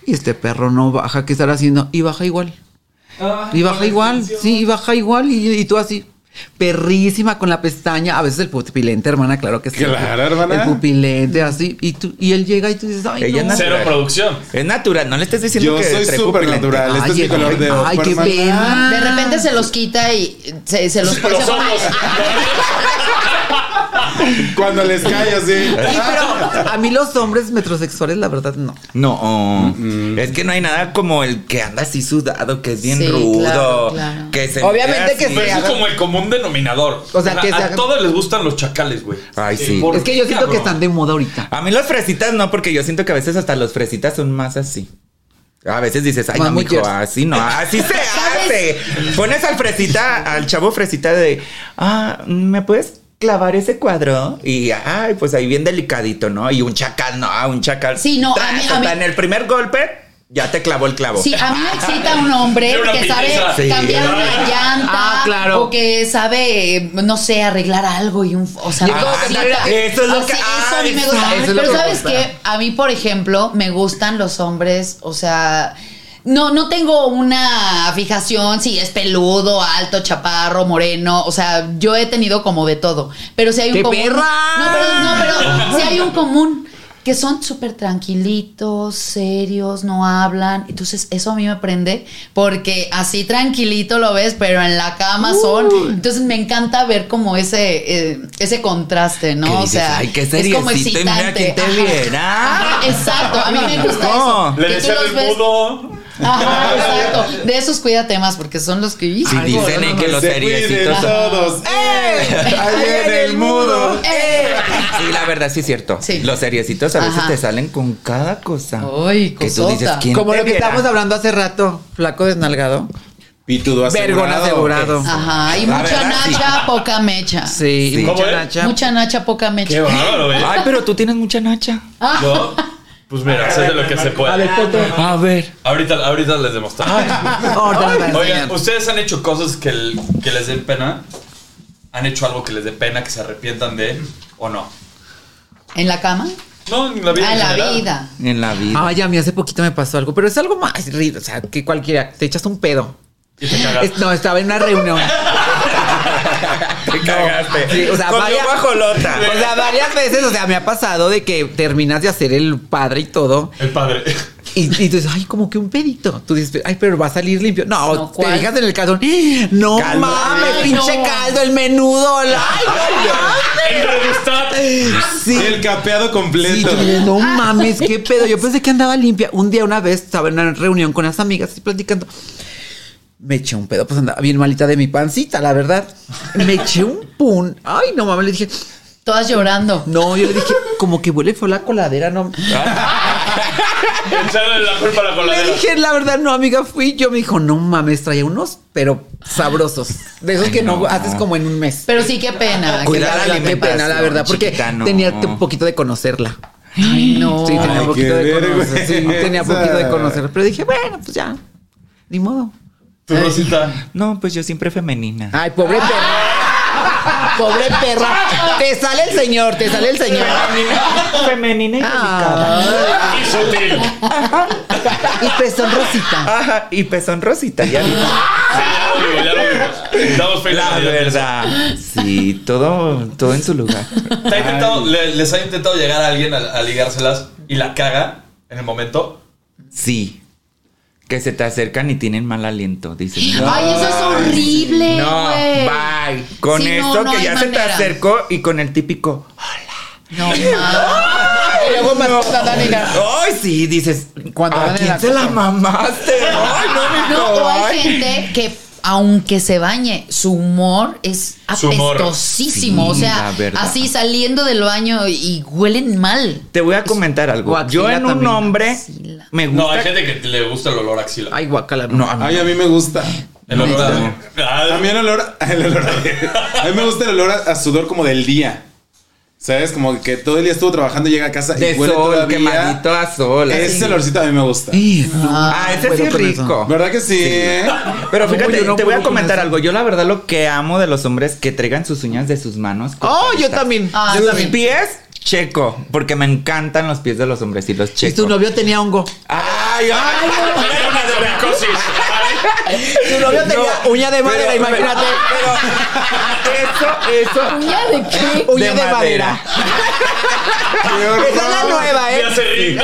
Speaker 3: Y este perro no baja, ¿qué estará haciendo? Y baja igual.
Speaker 5: Ah,
Speaker 3: Y baja igual, sí, y baja igual, y, y tú así. Perrísima con la pestaña, a veces el pupilente, hermana, claro que sí.
Speaker 4: Claro, hermana.
Speaker 3: El pupilente, así. Y, tú, y él llega y tú dices, ay,
Speaker 5: Ella
Speaker 3: no.
Speaker 5: nació-
Speaker 1: Cero producción.
Speaker 5: Es natural, no le estés diciendo
Speaker 4: Yo
Speaker 5: que
Speaker 4: soy
Speaker 5: trae
Speaker 4: súper
Speaker 5: pupilente.
Speaker 4: natural. Este es mi
Speaker 3: Ay,
Speaker 4: color de
Speaker 3: ay,
Speaker 4: ojo,
Speaker 3: qué
Speaker 4: hermana.
Speaker 3: pena.
Speaker 2: De repente se los quita y se, se los
Speaker 1: Ah. Los
Speaker 2: se-
Speaker 1: ojos.
Speaker 4: Cuando les cae así.
Speaker 3: Sí, pero a mí los hombres metrosexuales, la verdad, no.
Speaker 5: No, oh, es que no hay nada como el que anda así sudado, que es bien
Speaker 2: Sí,
Speaker 5: rudo,
Speaker 2: claro, claro.
Speaker 5: que se
Speaker 3: Obviamente que
Speaker 5: así.
Speaker 1: Pero
Speaker 3: se
Speaker 1: eso es como el común denominador.
Speaker 3: O sea, que se
Speaker 1: a,
Speaker 3: haga-
Speaker 1: todos les gustan los chacales, güey.
Speaker 5: Ay, sí.
Speaker 1: ¿Por
Speaker 3: Es que yo
Speaker 1: qué,
Speaker 3: siento que
Speaker 1: cabrón?
Speaker 3: están de moda ahorita.
Speaker 5: A mí los fresitas no, porque yo siento que a veces hasta los fresitas son más así. A veces dices, ay,
Speaker 3: Más
Speaker 5: no, mijo,
Speaker 3: mujeres.
Speaker 5: así no, así se hace. Pones al fresita, al chavo fresita de, ah, ¿me puedes clavar ese cuadro? Y, ay, pues ahí bien delicadito, ¿no? Y un chacal, no, ah, un chacal.
Speaker 2: Sí, no, a
Speaker 5: Tras,
Speaker 2: mí- a
Speaker 5: o sea,
Speaker 2: mí-
Speaker 5: En el primer golpe, ya te clavó el clavo.
Speaker 2: Sí, a mí me excita un hombre
Speaker 1: Era una
Speaker 2: que sabe
Speaker 1: pizza.
Speaker 5: Sí.
Speaker 2: cambiar una llanta.
Speaker 3: Ah, claro.
Speaker 2: O que sabe, no sé, arreglar algo y un. O sea,
Speaker 3: Yo creo
Speaker 2: me
Speaker 3: que
Speaker 2: excita.
Speaker 3: también-
Speaker 5: eso es lo
Speaker 2: Ah,
Speaker 5: que-
Speaker 2: sí, eso a mí
Speaker 5: ah,
Speaker 2: me gusta.
Speaker 5: exacto.
Speaker 3: Eso es lo
Speaker 2: Pero
Speaker 3: que
Speaker 2: sabes
Speaker 3: gusta.
Speaker 2: que a mí, por ejemplo, me gustan los hombres, o sea. No, no tengo una fijación si es peludo, alto, chaparro, moreno. O sea, yo he tenido como de todo. Pero si hay un
Speaker 3: ¡Qué
Speaker 2: común.
Speaker 3: perra!
Speaker 2: No, pero, no, pero si hay un común que son súper tranquilitos, serios, no hablan. Entonces, eso a mí me prende porque así tranquilito lo ves, pero en la cama son. Entonces, me encanta ver como ese, eh, ese contraste, ¿no?
Speaker 5: Que
Speaker 2: o
Speaker 5: dices,
Speaker 2: sea,
Speaker 5: "Ay, qué
Speaker 2: es como
Speaker 5: seriecito, y
Speaker 2: excitante.
Speaker 5: mira quién te
Speaker 2: Ajá.
Speaker 5: viera.
Speaker 2: Ajá, exacto, a mí me gusta
Speaker 5: No.
Speaker 2: eso.
Speaker 1: Le
Speaker 2: que tú
Speaker 1: decían
Speaker 2: los
Speaker 1: el
Speaker 2: ves-
Speaker 1: mudo.
Speaker 2: Ajá, exacto. De esos cuídate más porque son los que
Speaker 5: Sí,
Speaker 2: Ay,
Speaker 5: dicen
Speaker 2: no,
Speaker 5: eh,
Speaker 2: no,
Speaker 5: que
Speaker 2: no.
Speaker 5: los
Speaker 4: Se cuiden
Speaker 5: seriecitos son-
Speaker 4: todos. ¡Eh! Ahí viene el mudo.
Speaker 2: Eh.
Speaker 5: Sí, la verdad sí es cierto.
Speaker 2: Sí.
Speaker 5: Los seriecitos a veces
Speaker 2: Ajá.
Speaker 5: te salen con cada cosa.
Speaker 2: Ay,
Speaker 5: Que tú
Speaker 2: cosota.
Speaker 5: dices, ¿quién
Speaker 3: Como
Speaker 5: te
Speaker 3: lo Eh, que
Speaker 5: viera?
Speaker 3: estábamos hablando hace rato, flaco desnalgado.
Speaker 4: Pitudo
Speaker 3: Vergón asegurado.
Speaker 2: Ajá, y
Speaker 5: La
Speaker 2: mucha
Speaker 5: verdad, sí.
Speaker 2: nacha, poca mecha.
Speaker 3: Sí,
Speaker 5: Sí.
Speaker 1: ¿Cómo
Speaker 3: mucha
Speaker 1: es?
Speaker 3: nacha.
Speaker 2: Mucha nacha, poca mecha.
Speaker 1: Qué bárbaro, güey.
Speaker 5: Ay, pero tú tienes mucha nacha.
Speaker 2: Ah.
Speaker 1: No. Pues mira, eso es de lo que se puede.
Speaker 5: A ver.
Speaker 1: Ahorita, ahorita les demostramos.
Speaker 3: Ahorita nos va a enseñar.
Speaker 1: Oigan, ¿ustedes han hecho cosas que, el- que les den pena? ¿Han hecho algo que les dé pena, que se arrepientan de o no?
Speaker 2: ¿En la cama?
Speaker 1: No, en la vida. en
Speaker 2: Ah, en la
Speaker 1: general.
Speaker 2: vida.
Speaker 5: En la vida.
Speaker 3: Ay, a mí hace poquito me pasó algo, pero es algo más ri- o sea, que cualquiera. Te echas un pedo.
Speaker 1: Y te cagas.
Speaker 3: Es- no, estaba en una reunión.
Speaker 5: te cagaste.
Speaker 3: Sí, o sea,
Speaker 5: Comió
Speaker 3: vaya-
Speaker 5: guajolota.
Speaker 3: O sea, varias veces, o sea, me ha pasado de que terminas de hacer el padre y todo.
Speaker 1: El padre.
Speaker 3: Y, y tú dices, ay, como que un pedito. Tú dices, ay, pero va a salir limpio. No,
Speaker 2: No,
Speaker 3: te
Speaker 2: ¿cuál?
Speaker 3: dejas en el calzón. No
Speaker 5: Caldo.
Speaker 3: mames,
Speaker 2: Ay,
Speaker 3: pinche
Speaker 2: no.
Speaker 3: caldo, el menudo. la- Ay,
Speaker 1: ¡El redustat!
Speaker 3: no, sí.
Speaker 4: El capeado
Speaker 3: Sí,
Speaker 4: completo.
Speaker 3: yo dije, no
Speaker 2: Ah.
Speaker 3: mames, qué pedo. Yo pensé que andaba limpia. Un día, una vez, estaba en una reunión con las amigas y platicando. Me eché un pedo, pues andaba bien malita de mi pancita, la verdad. Me eché un pun. Ay, no mames, le dije,
Speaker 2: Todas llorando.
Speaker 3: no, yo le dije, como que huele feo la coladera, no.
Speaker 1: Echarle la culpa a la
Speaker 3: Le
Speaker 1: coladera.
Speaker 3: dije, la verdad, no, amiga, fui yo. Me dijo, no mames, traía unos, pero sabrosos. De esos que no,
Speaker 5: no.
Speaker 3: haces como en un mes.
Speaker 2: Pero sí, qué pena.
Speaker 5: Cuidado.
Speaker 3: Que la verdad,
Speaker 5: la
Speaker 3: qué pena, la
Speaker 5: alimentación,
Speaker 3: verdad, porque
Speaker 5: chiquita, no.
Speaker 3: tenía un poquito de conocerla.
Speaker 2: Ay, no.
Speaker 3: Sí, tenía
Speaker 4: Ay,
Speaker 3: poquito
Speaker 4: qué
Speaker 3: de conocer. Sí,
Speaker 4: vergüenza.
Speaker 3: tenía poquito de conocer. Pero dije, bueno, pues ya. Ni modo.
Speaker 1: Tu Rosita.
Speaker 5: No, pues yo siempre femenina.
Speaker 3: Ay, pobre perra. Pobre perra. Te sale el señor, te sale el señor.
Speaker 5: Femenina y delicada.
Speaker 3: Ah,
Speaker 1: Y sutil.
Speaker 3: y pues pezón rosita.
Speaker 5: Ajá, y pezón rosita, ya vi.
Speaker 1: Sí, ya lo digo, ya lo digo. Damos fe de
Speaker 5: La
Speaker 1: vida.
Speaker 5: verdad. Sí, todo, todo en su lugar.
Speaker 1: ¿Te ha intentado- le- ¿Les ha intentado llegar a alguien a, a ligárselas y la caga en el momento?
Speaker 5: Sí. Que se te acercan y tienen mal aliento. Dicen, no,
Speaker 2: Ay, eso es horrible.
Speaker 5: No,
Speaker 2: güey.
Speaker 5: bye. Con
Speaker 2: Sí, no,
Speaker 5: esto
Speaker 2: no
Speaker 5: que
Speaker 2: hay
Speaker 5: ya se te
Speaker 2: manera.
Speaker 5: acercó y con el típico.
Speaker 2: No mames.
Speaker 3: Y luego más cosas, Dani, la-
Speaker 5: Ay, sí, dices.
Speaker 3: Cuando
Speaker 5: ¿A
Speaker 3: van en
Speaker 5: quién
Speaker 3: la
Speaker 5: te
Speaker 3: copa.
Speaker 5: la mamaste? Ay, no,
Speaker 2: No,
Speaker 5: mijo,
Speaker 2: o hay
Speaker 5: ay.
Speaker 2: gente que aunque se bañe, su humor es
Speaker 1: Su humor.
Speaker 2: apestosísimo.
Speaker 5: Sí,
Speaker 2: o sea,
Speaker 5: la verdad.
Speaker 2: así saliendo del baño y huelen mal.
Speaker 5: Te voy a comentar algo.
Speaker 3: Guaxila
Speaker 5: Yo en un
Speaker 3: también.
Speaker 5: hombre
Speaker 2: Guaxila.
Speaker 5: me gusta.
Speaker 1: No, hay gente que le gusta el olor a axila.
Speaker 3: Ay, guacala.
Speaker 5: No, a mí-
Speaker 4: Ay, a mí me gusta.
Speaker 1: El olor a. Ah,
Speaker 4: También el olor, el olor a, a mí me gusta el olor a, a sudor como del día. ¿Sabes? Como que todo el día estuvo trabajando, llega a casa
Speaker 3: de
Speaker 4: y huele
Speaker 3: sol,
Speaker 4: todavía.
Speaker 3: quemadito a sol.
Speaker 4: Ese
Speaker 3: así.
Speaker 4: olorcito a mí me gusta.
Speaker 5: Ah, ese sí
Speaker 3: puedo
Speaker 5: es
Speaker 3: con eso.
Speaker 5: rico.
Speaker 4: ¿Verdad que sí? eh?
Speaker 5: Pero
Speaker 3: No,
Speaker 5: fíjate,
Speaker 3: yo no
Speaker 5: te voy
Speaker 3: puedo
Speaker 5: a
Speaker 3: con
Speaker 5: comentar
Speaker 3: eso.
Speaker 5: algo. Yo la verdad lo que amo de los hombres que traigan sus uñas de sus manos.
Speaker 3: Oh, yo
Speaker 5: cortaditas.
Speaker 3: también.
Speaker 2: Ah,
Speaker 5: Sus
Speaker 2: sí.
Speaker 5: pies, checo. Porque me encantan los pies de los hombres y los
Speaker 3: Y
Speaker 5: checo.
Speaker 3: tu novio tenía hongo.
Speaker 5: Ay, ay,
Speaker 1: Era una domicosis.
Speaker 3: Tu novio tenía uña de madera,
Speaker 5: pero-
Speaker 3: imagínate.
Speaker 5: Pero eso, eso.
Speaker 2: ¿Ya de qué?
Speaker 3: uña de, madera.
Speaker 4: ¡Qué horror!
Speaker 3: Esa es la nueva,
Speaker 1: Ya
Speaker 3: ¿eh?
Speaker 1: se ríe.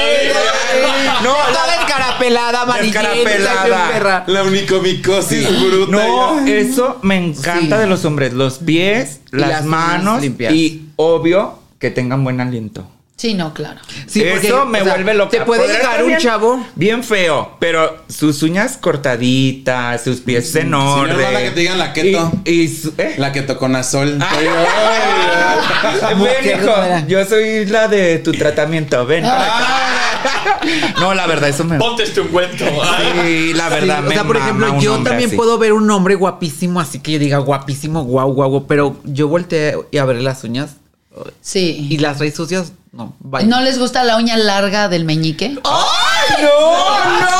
Speaker 5: No,
Speaker 3: la descarapelada, amarillenta,
Speaker 5: Descarapelada.
Speaker 3: bien perra.
Speaker 4: La unicomicosis bruta.
Speaker 5: No, eso me encanta
Speaker 3: Sí.
Speaker 5: de los hombres. Los pies,
Speaker 3: Y
Speaker 5: las,
Speaker 3: las uñas
Speaker 5: manos
Speaker 3: limpias.
Speaker 5: y obvio que tengan buen aliento.
Speaker 2: Sí, no, claro.
Speaker 3: Sí, porque,
Speaker 5: Eso
Speaker 3: o
Speaker 5: me
Speaker 3: sea,
Speaker 5: vuelve loca.
Speaker 3: Te puede
Speaker 5: Podrá
Speaker 3: llegar
Speaker 5: estar
Speaker 3: un
Speaker 5: bien-
Speaker 3: chavo.
Speaker 5: Bien feo, pero sus uñas cortaditas, sus pies en
Speaker 4: no,
Speaker 5: orden.
Speaker 4: hermana, que te digan la keto.
Speaker 5: Y, y su- ¿eh?
Speaker 4: La que tocó Nazol. Ay, ay,
Speaker 5: Ven,
Speaker 3: qué
Speaker 5: hijo,
Speaker 3: rara.
Speaker 5: yo soy la de tu tratamiento, ven.
Speaker 4: Ah.
Speaker 5: No, la verdad, eso me...
Speaker 1: Ponte este ungüento. Ay.
Speaker 5: Sí, la verdad,
Speaker 3: Sí,
Speaker 5: me
Speaker 3: o sea, por
Speaker 5: mama
Speaker 3: ejemplo,
Speaker 5: un
Speaker 3: yo
Speaker 5: hombre
Speaker 3: también
Speaker 5: así.
Speaker 3: puedo ver un hombre guapísimo, así que yo diga guapísimo, guau, guau, guau, pero yo volteé y a ver las uñas
Speaker 2: Sí.
Speaker 3: y las raíces sucias, no, bye.
Speaker 2: ¿No les gusta la uña larga del meñique?
Speaker 5: ¡Ay, no! ¡No!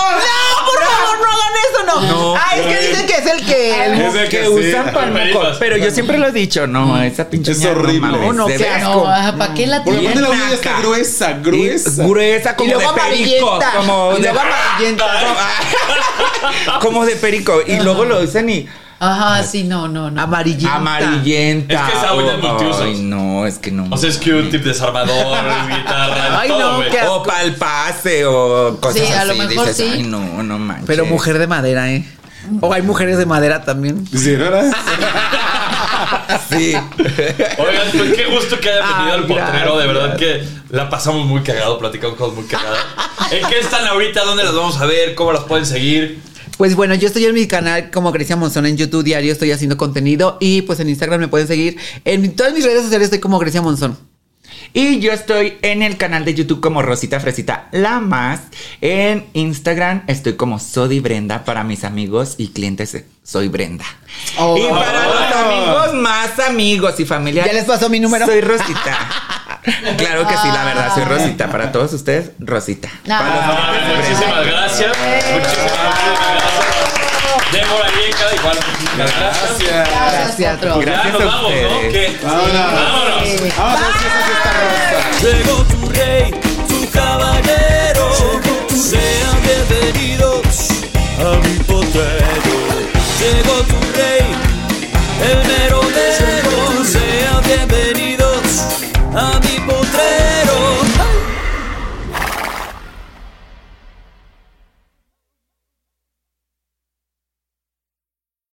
Speaker 3: por favor, no hagan eso, no.
Speaker 5: No.
Speaker 3: Ay, es que dicen que es el que el
Speaker 4: Es el
Speaker 5: que,
Speaker 4: que
Speaker 5: usan
Speaker 4: sí.
Speaker 5: para el
Speaker 1: Palmeritas.
Speaker 5: moco. Pero yo siempre lo he dicho, no, esa pinche
Speaker 4: Es
Speaker 5: uña
Speaker 4: horrible.
Speaker 5: No,
Speaker 3: No, no,
Speaker 5: no,
Speaker 3: qué
Speaker 2: No, ¿para qué la
Speaker 4: Porque
Speaker 2: tienen?
Speaker 4: aparte la
Speaker 5: Bien
Speaker 4: uña está
Speaker 5: naca.
Speaker 4: gruesa, gruesa.
Speaker 5: gruesa como
Speaker 3: Y luego
Speaker 5: de perico,
Speaker 3: amarillenta.
Speaker 5: como
Speaker 3: Y
Speaker 5: de
Speaker 3: luego amarillenta.
Speaker 5: como de perico y luego lo dicen y
Speaker 2: Ajá, sí, no, no, no.
Speaker 3: amarillenta.
Speaker 5: amarillenta.
Speaker 1: Es que esa uña es multiusos.
Speaker 5: Ay, no, es que no.
Speaker 1: O sea, es que un tip desarmador, guitarra,
Speaker 3: Ay, no,
Speaker 1: todo, güey.
Speaker 3: qué
Speaker 5: o palpase o cosas
Speaker 2: Sí, a lo
Speaker 5: así,
Speaker 2: mejor
Speaker 5: dices,
Speaker 2: sí.
Speaker 5: Ay, no, no manches.
Speaker 3: Pero mujer de madera, ¿eh? O hay mujeres de madera también.
Speaker 4: Sí, ¿verdad?
Speaker 5: Sí.
Speaker 1: Oigan, pues qué gusto que hayan venido
Speaker 3: Ay,
Speaker 1: al potrero. De
Speaker 3: gracias.
Speaker 1: verdad que la pasamos muy cagado, platicamos cosas muy cagadas. ¿En qué están ahorita? ¿Dónde las vamos a ver? ¿Cómo las pueden seguir?
Speaker 3: Pues bueno, yo estoy en mi canal como Grecia Monzón en YouTube diario, estoy haciendo contenido y pues en Instagram me pueden seguir. En todas mis redes sociales estoy como Grecia Monzón.
Speaker 5: Y yo estoy en el canal de YouTube como Rosita Fresita La Más. En Instagram estoy como Sodi Brenda. Para mis amigos y clientes, soy Brenda.
Speaker 2: Oh.
Speaker 5: y para los amigos, más amigos y familiares.
Speaker 3: ¿Ya les pasó mi número?
Speaker 5: Soy Rosita. claro que sí, la verdad, soy Rosita. Para todos ustedes, Rosita.
Speaker 2: Ah.
Speaker 5: Para los
Speaker 1: Ah,
Speaker 5: clientes, Brenda.
Speaker 1: muchísimas gracias. Muchísimas gracias. Débora Vieca, igual muchísimas gracias.
Speaker 4: Gracias.
Speaker 3: Gracias.
Speaker 2: Otro.
Speaker 5: Gracias.
Speaker 1: Ya nos
Speaker 5: a
Speaker 1: vamos, ¿no?
Speaker 5: ustedes.
Speaker 1: ¿Qué?
Speaker 4: Vámonos.
Speaker 1: Vámonos.
Speaker 4: Vámonos, que esa sí está rosa.
Speaker 7: Llegó tu rey,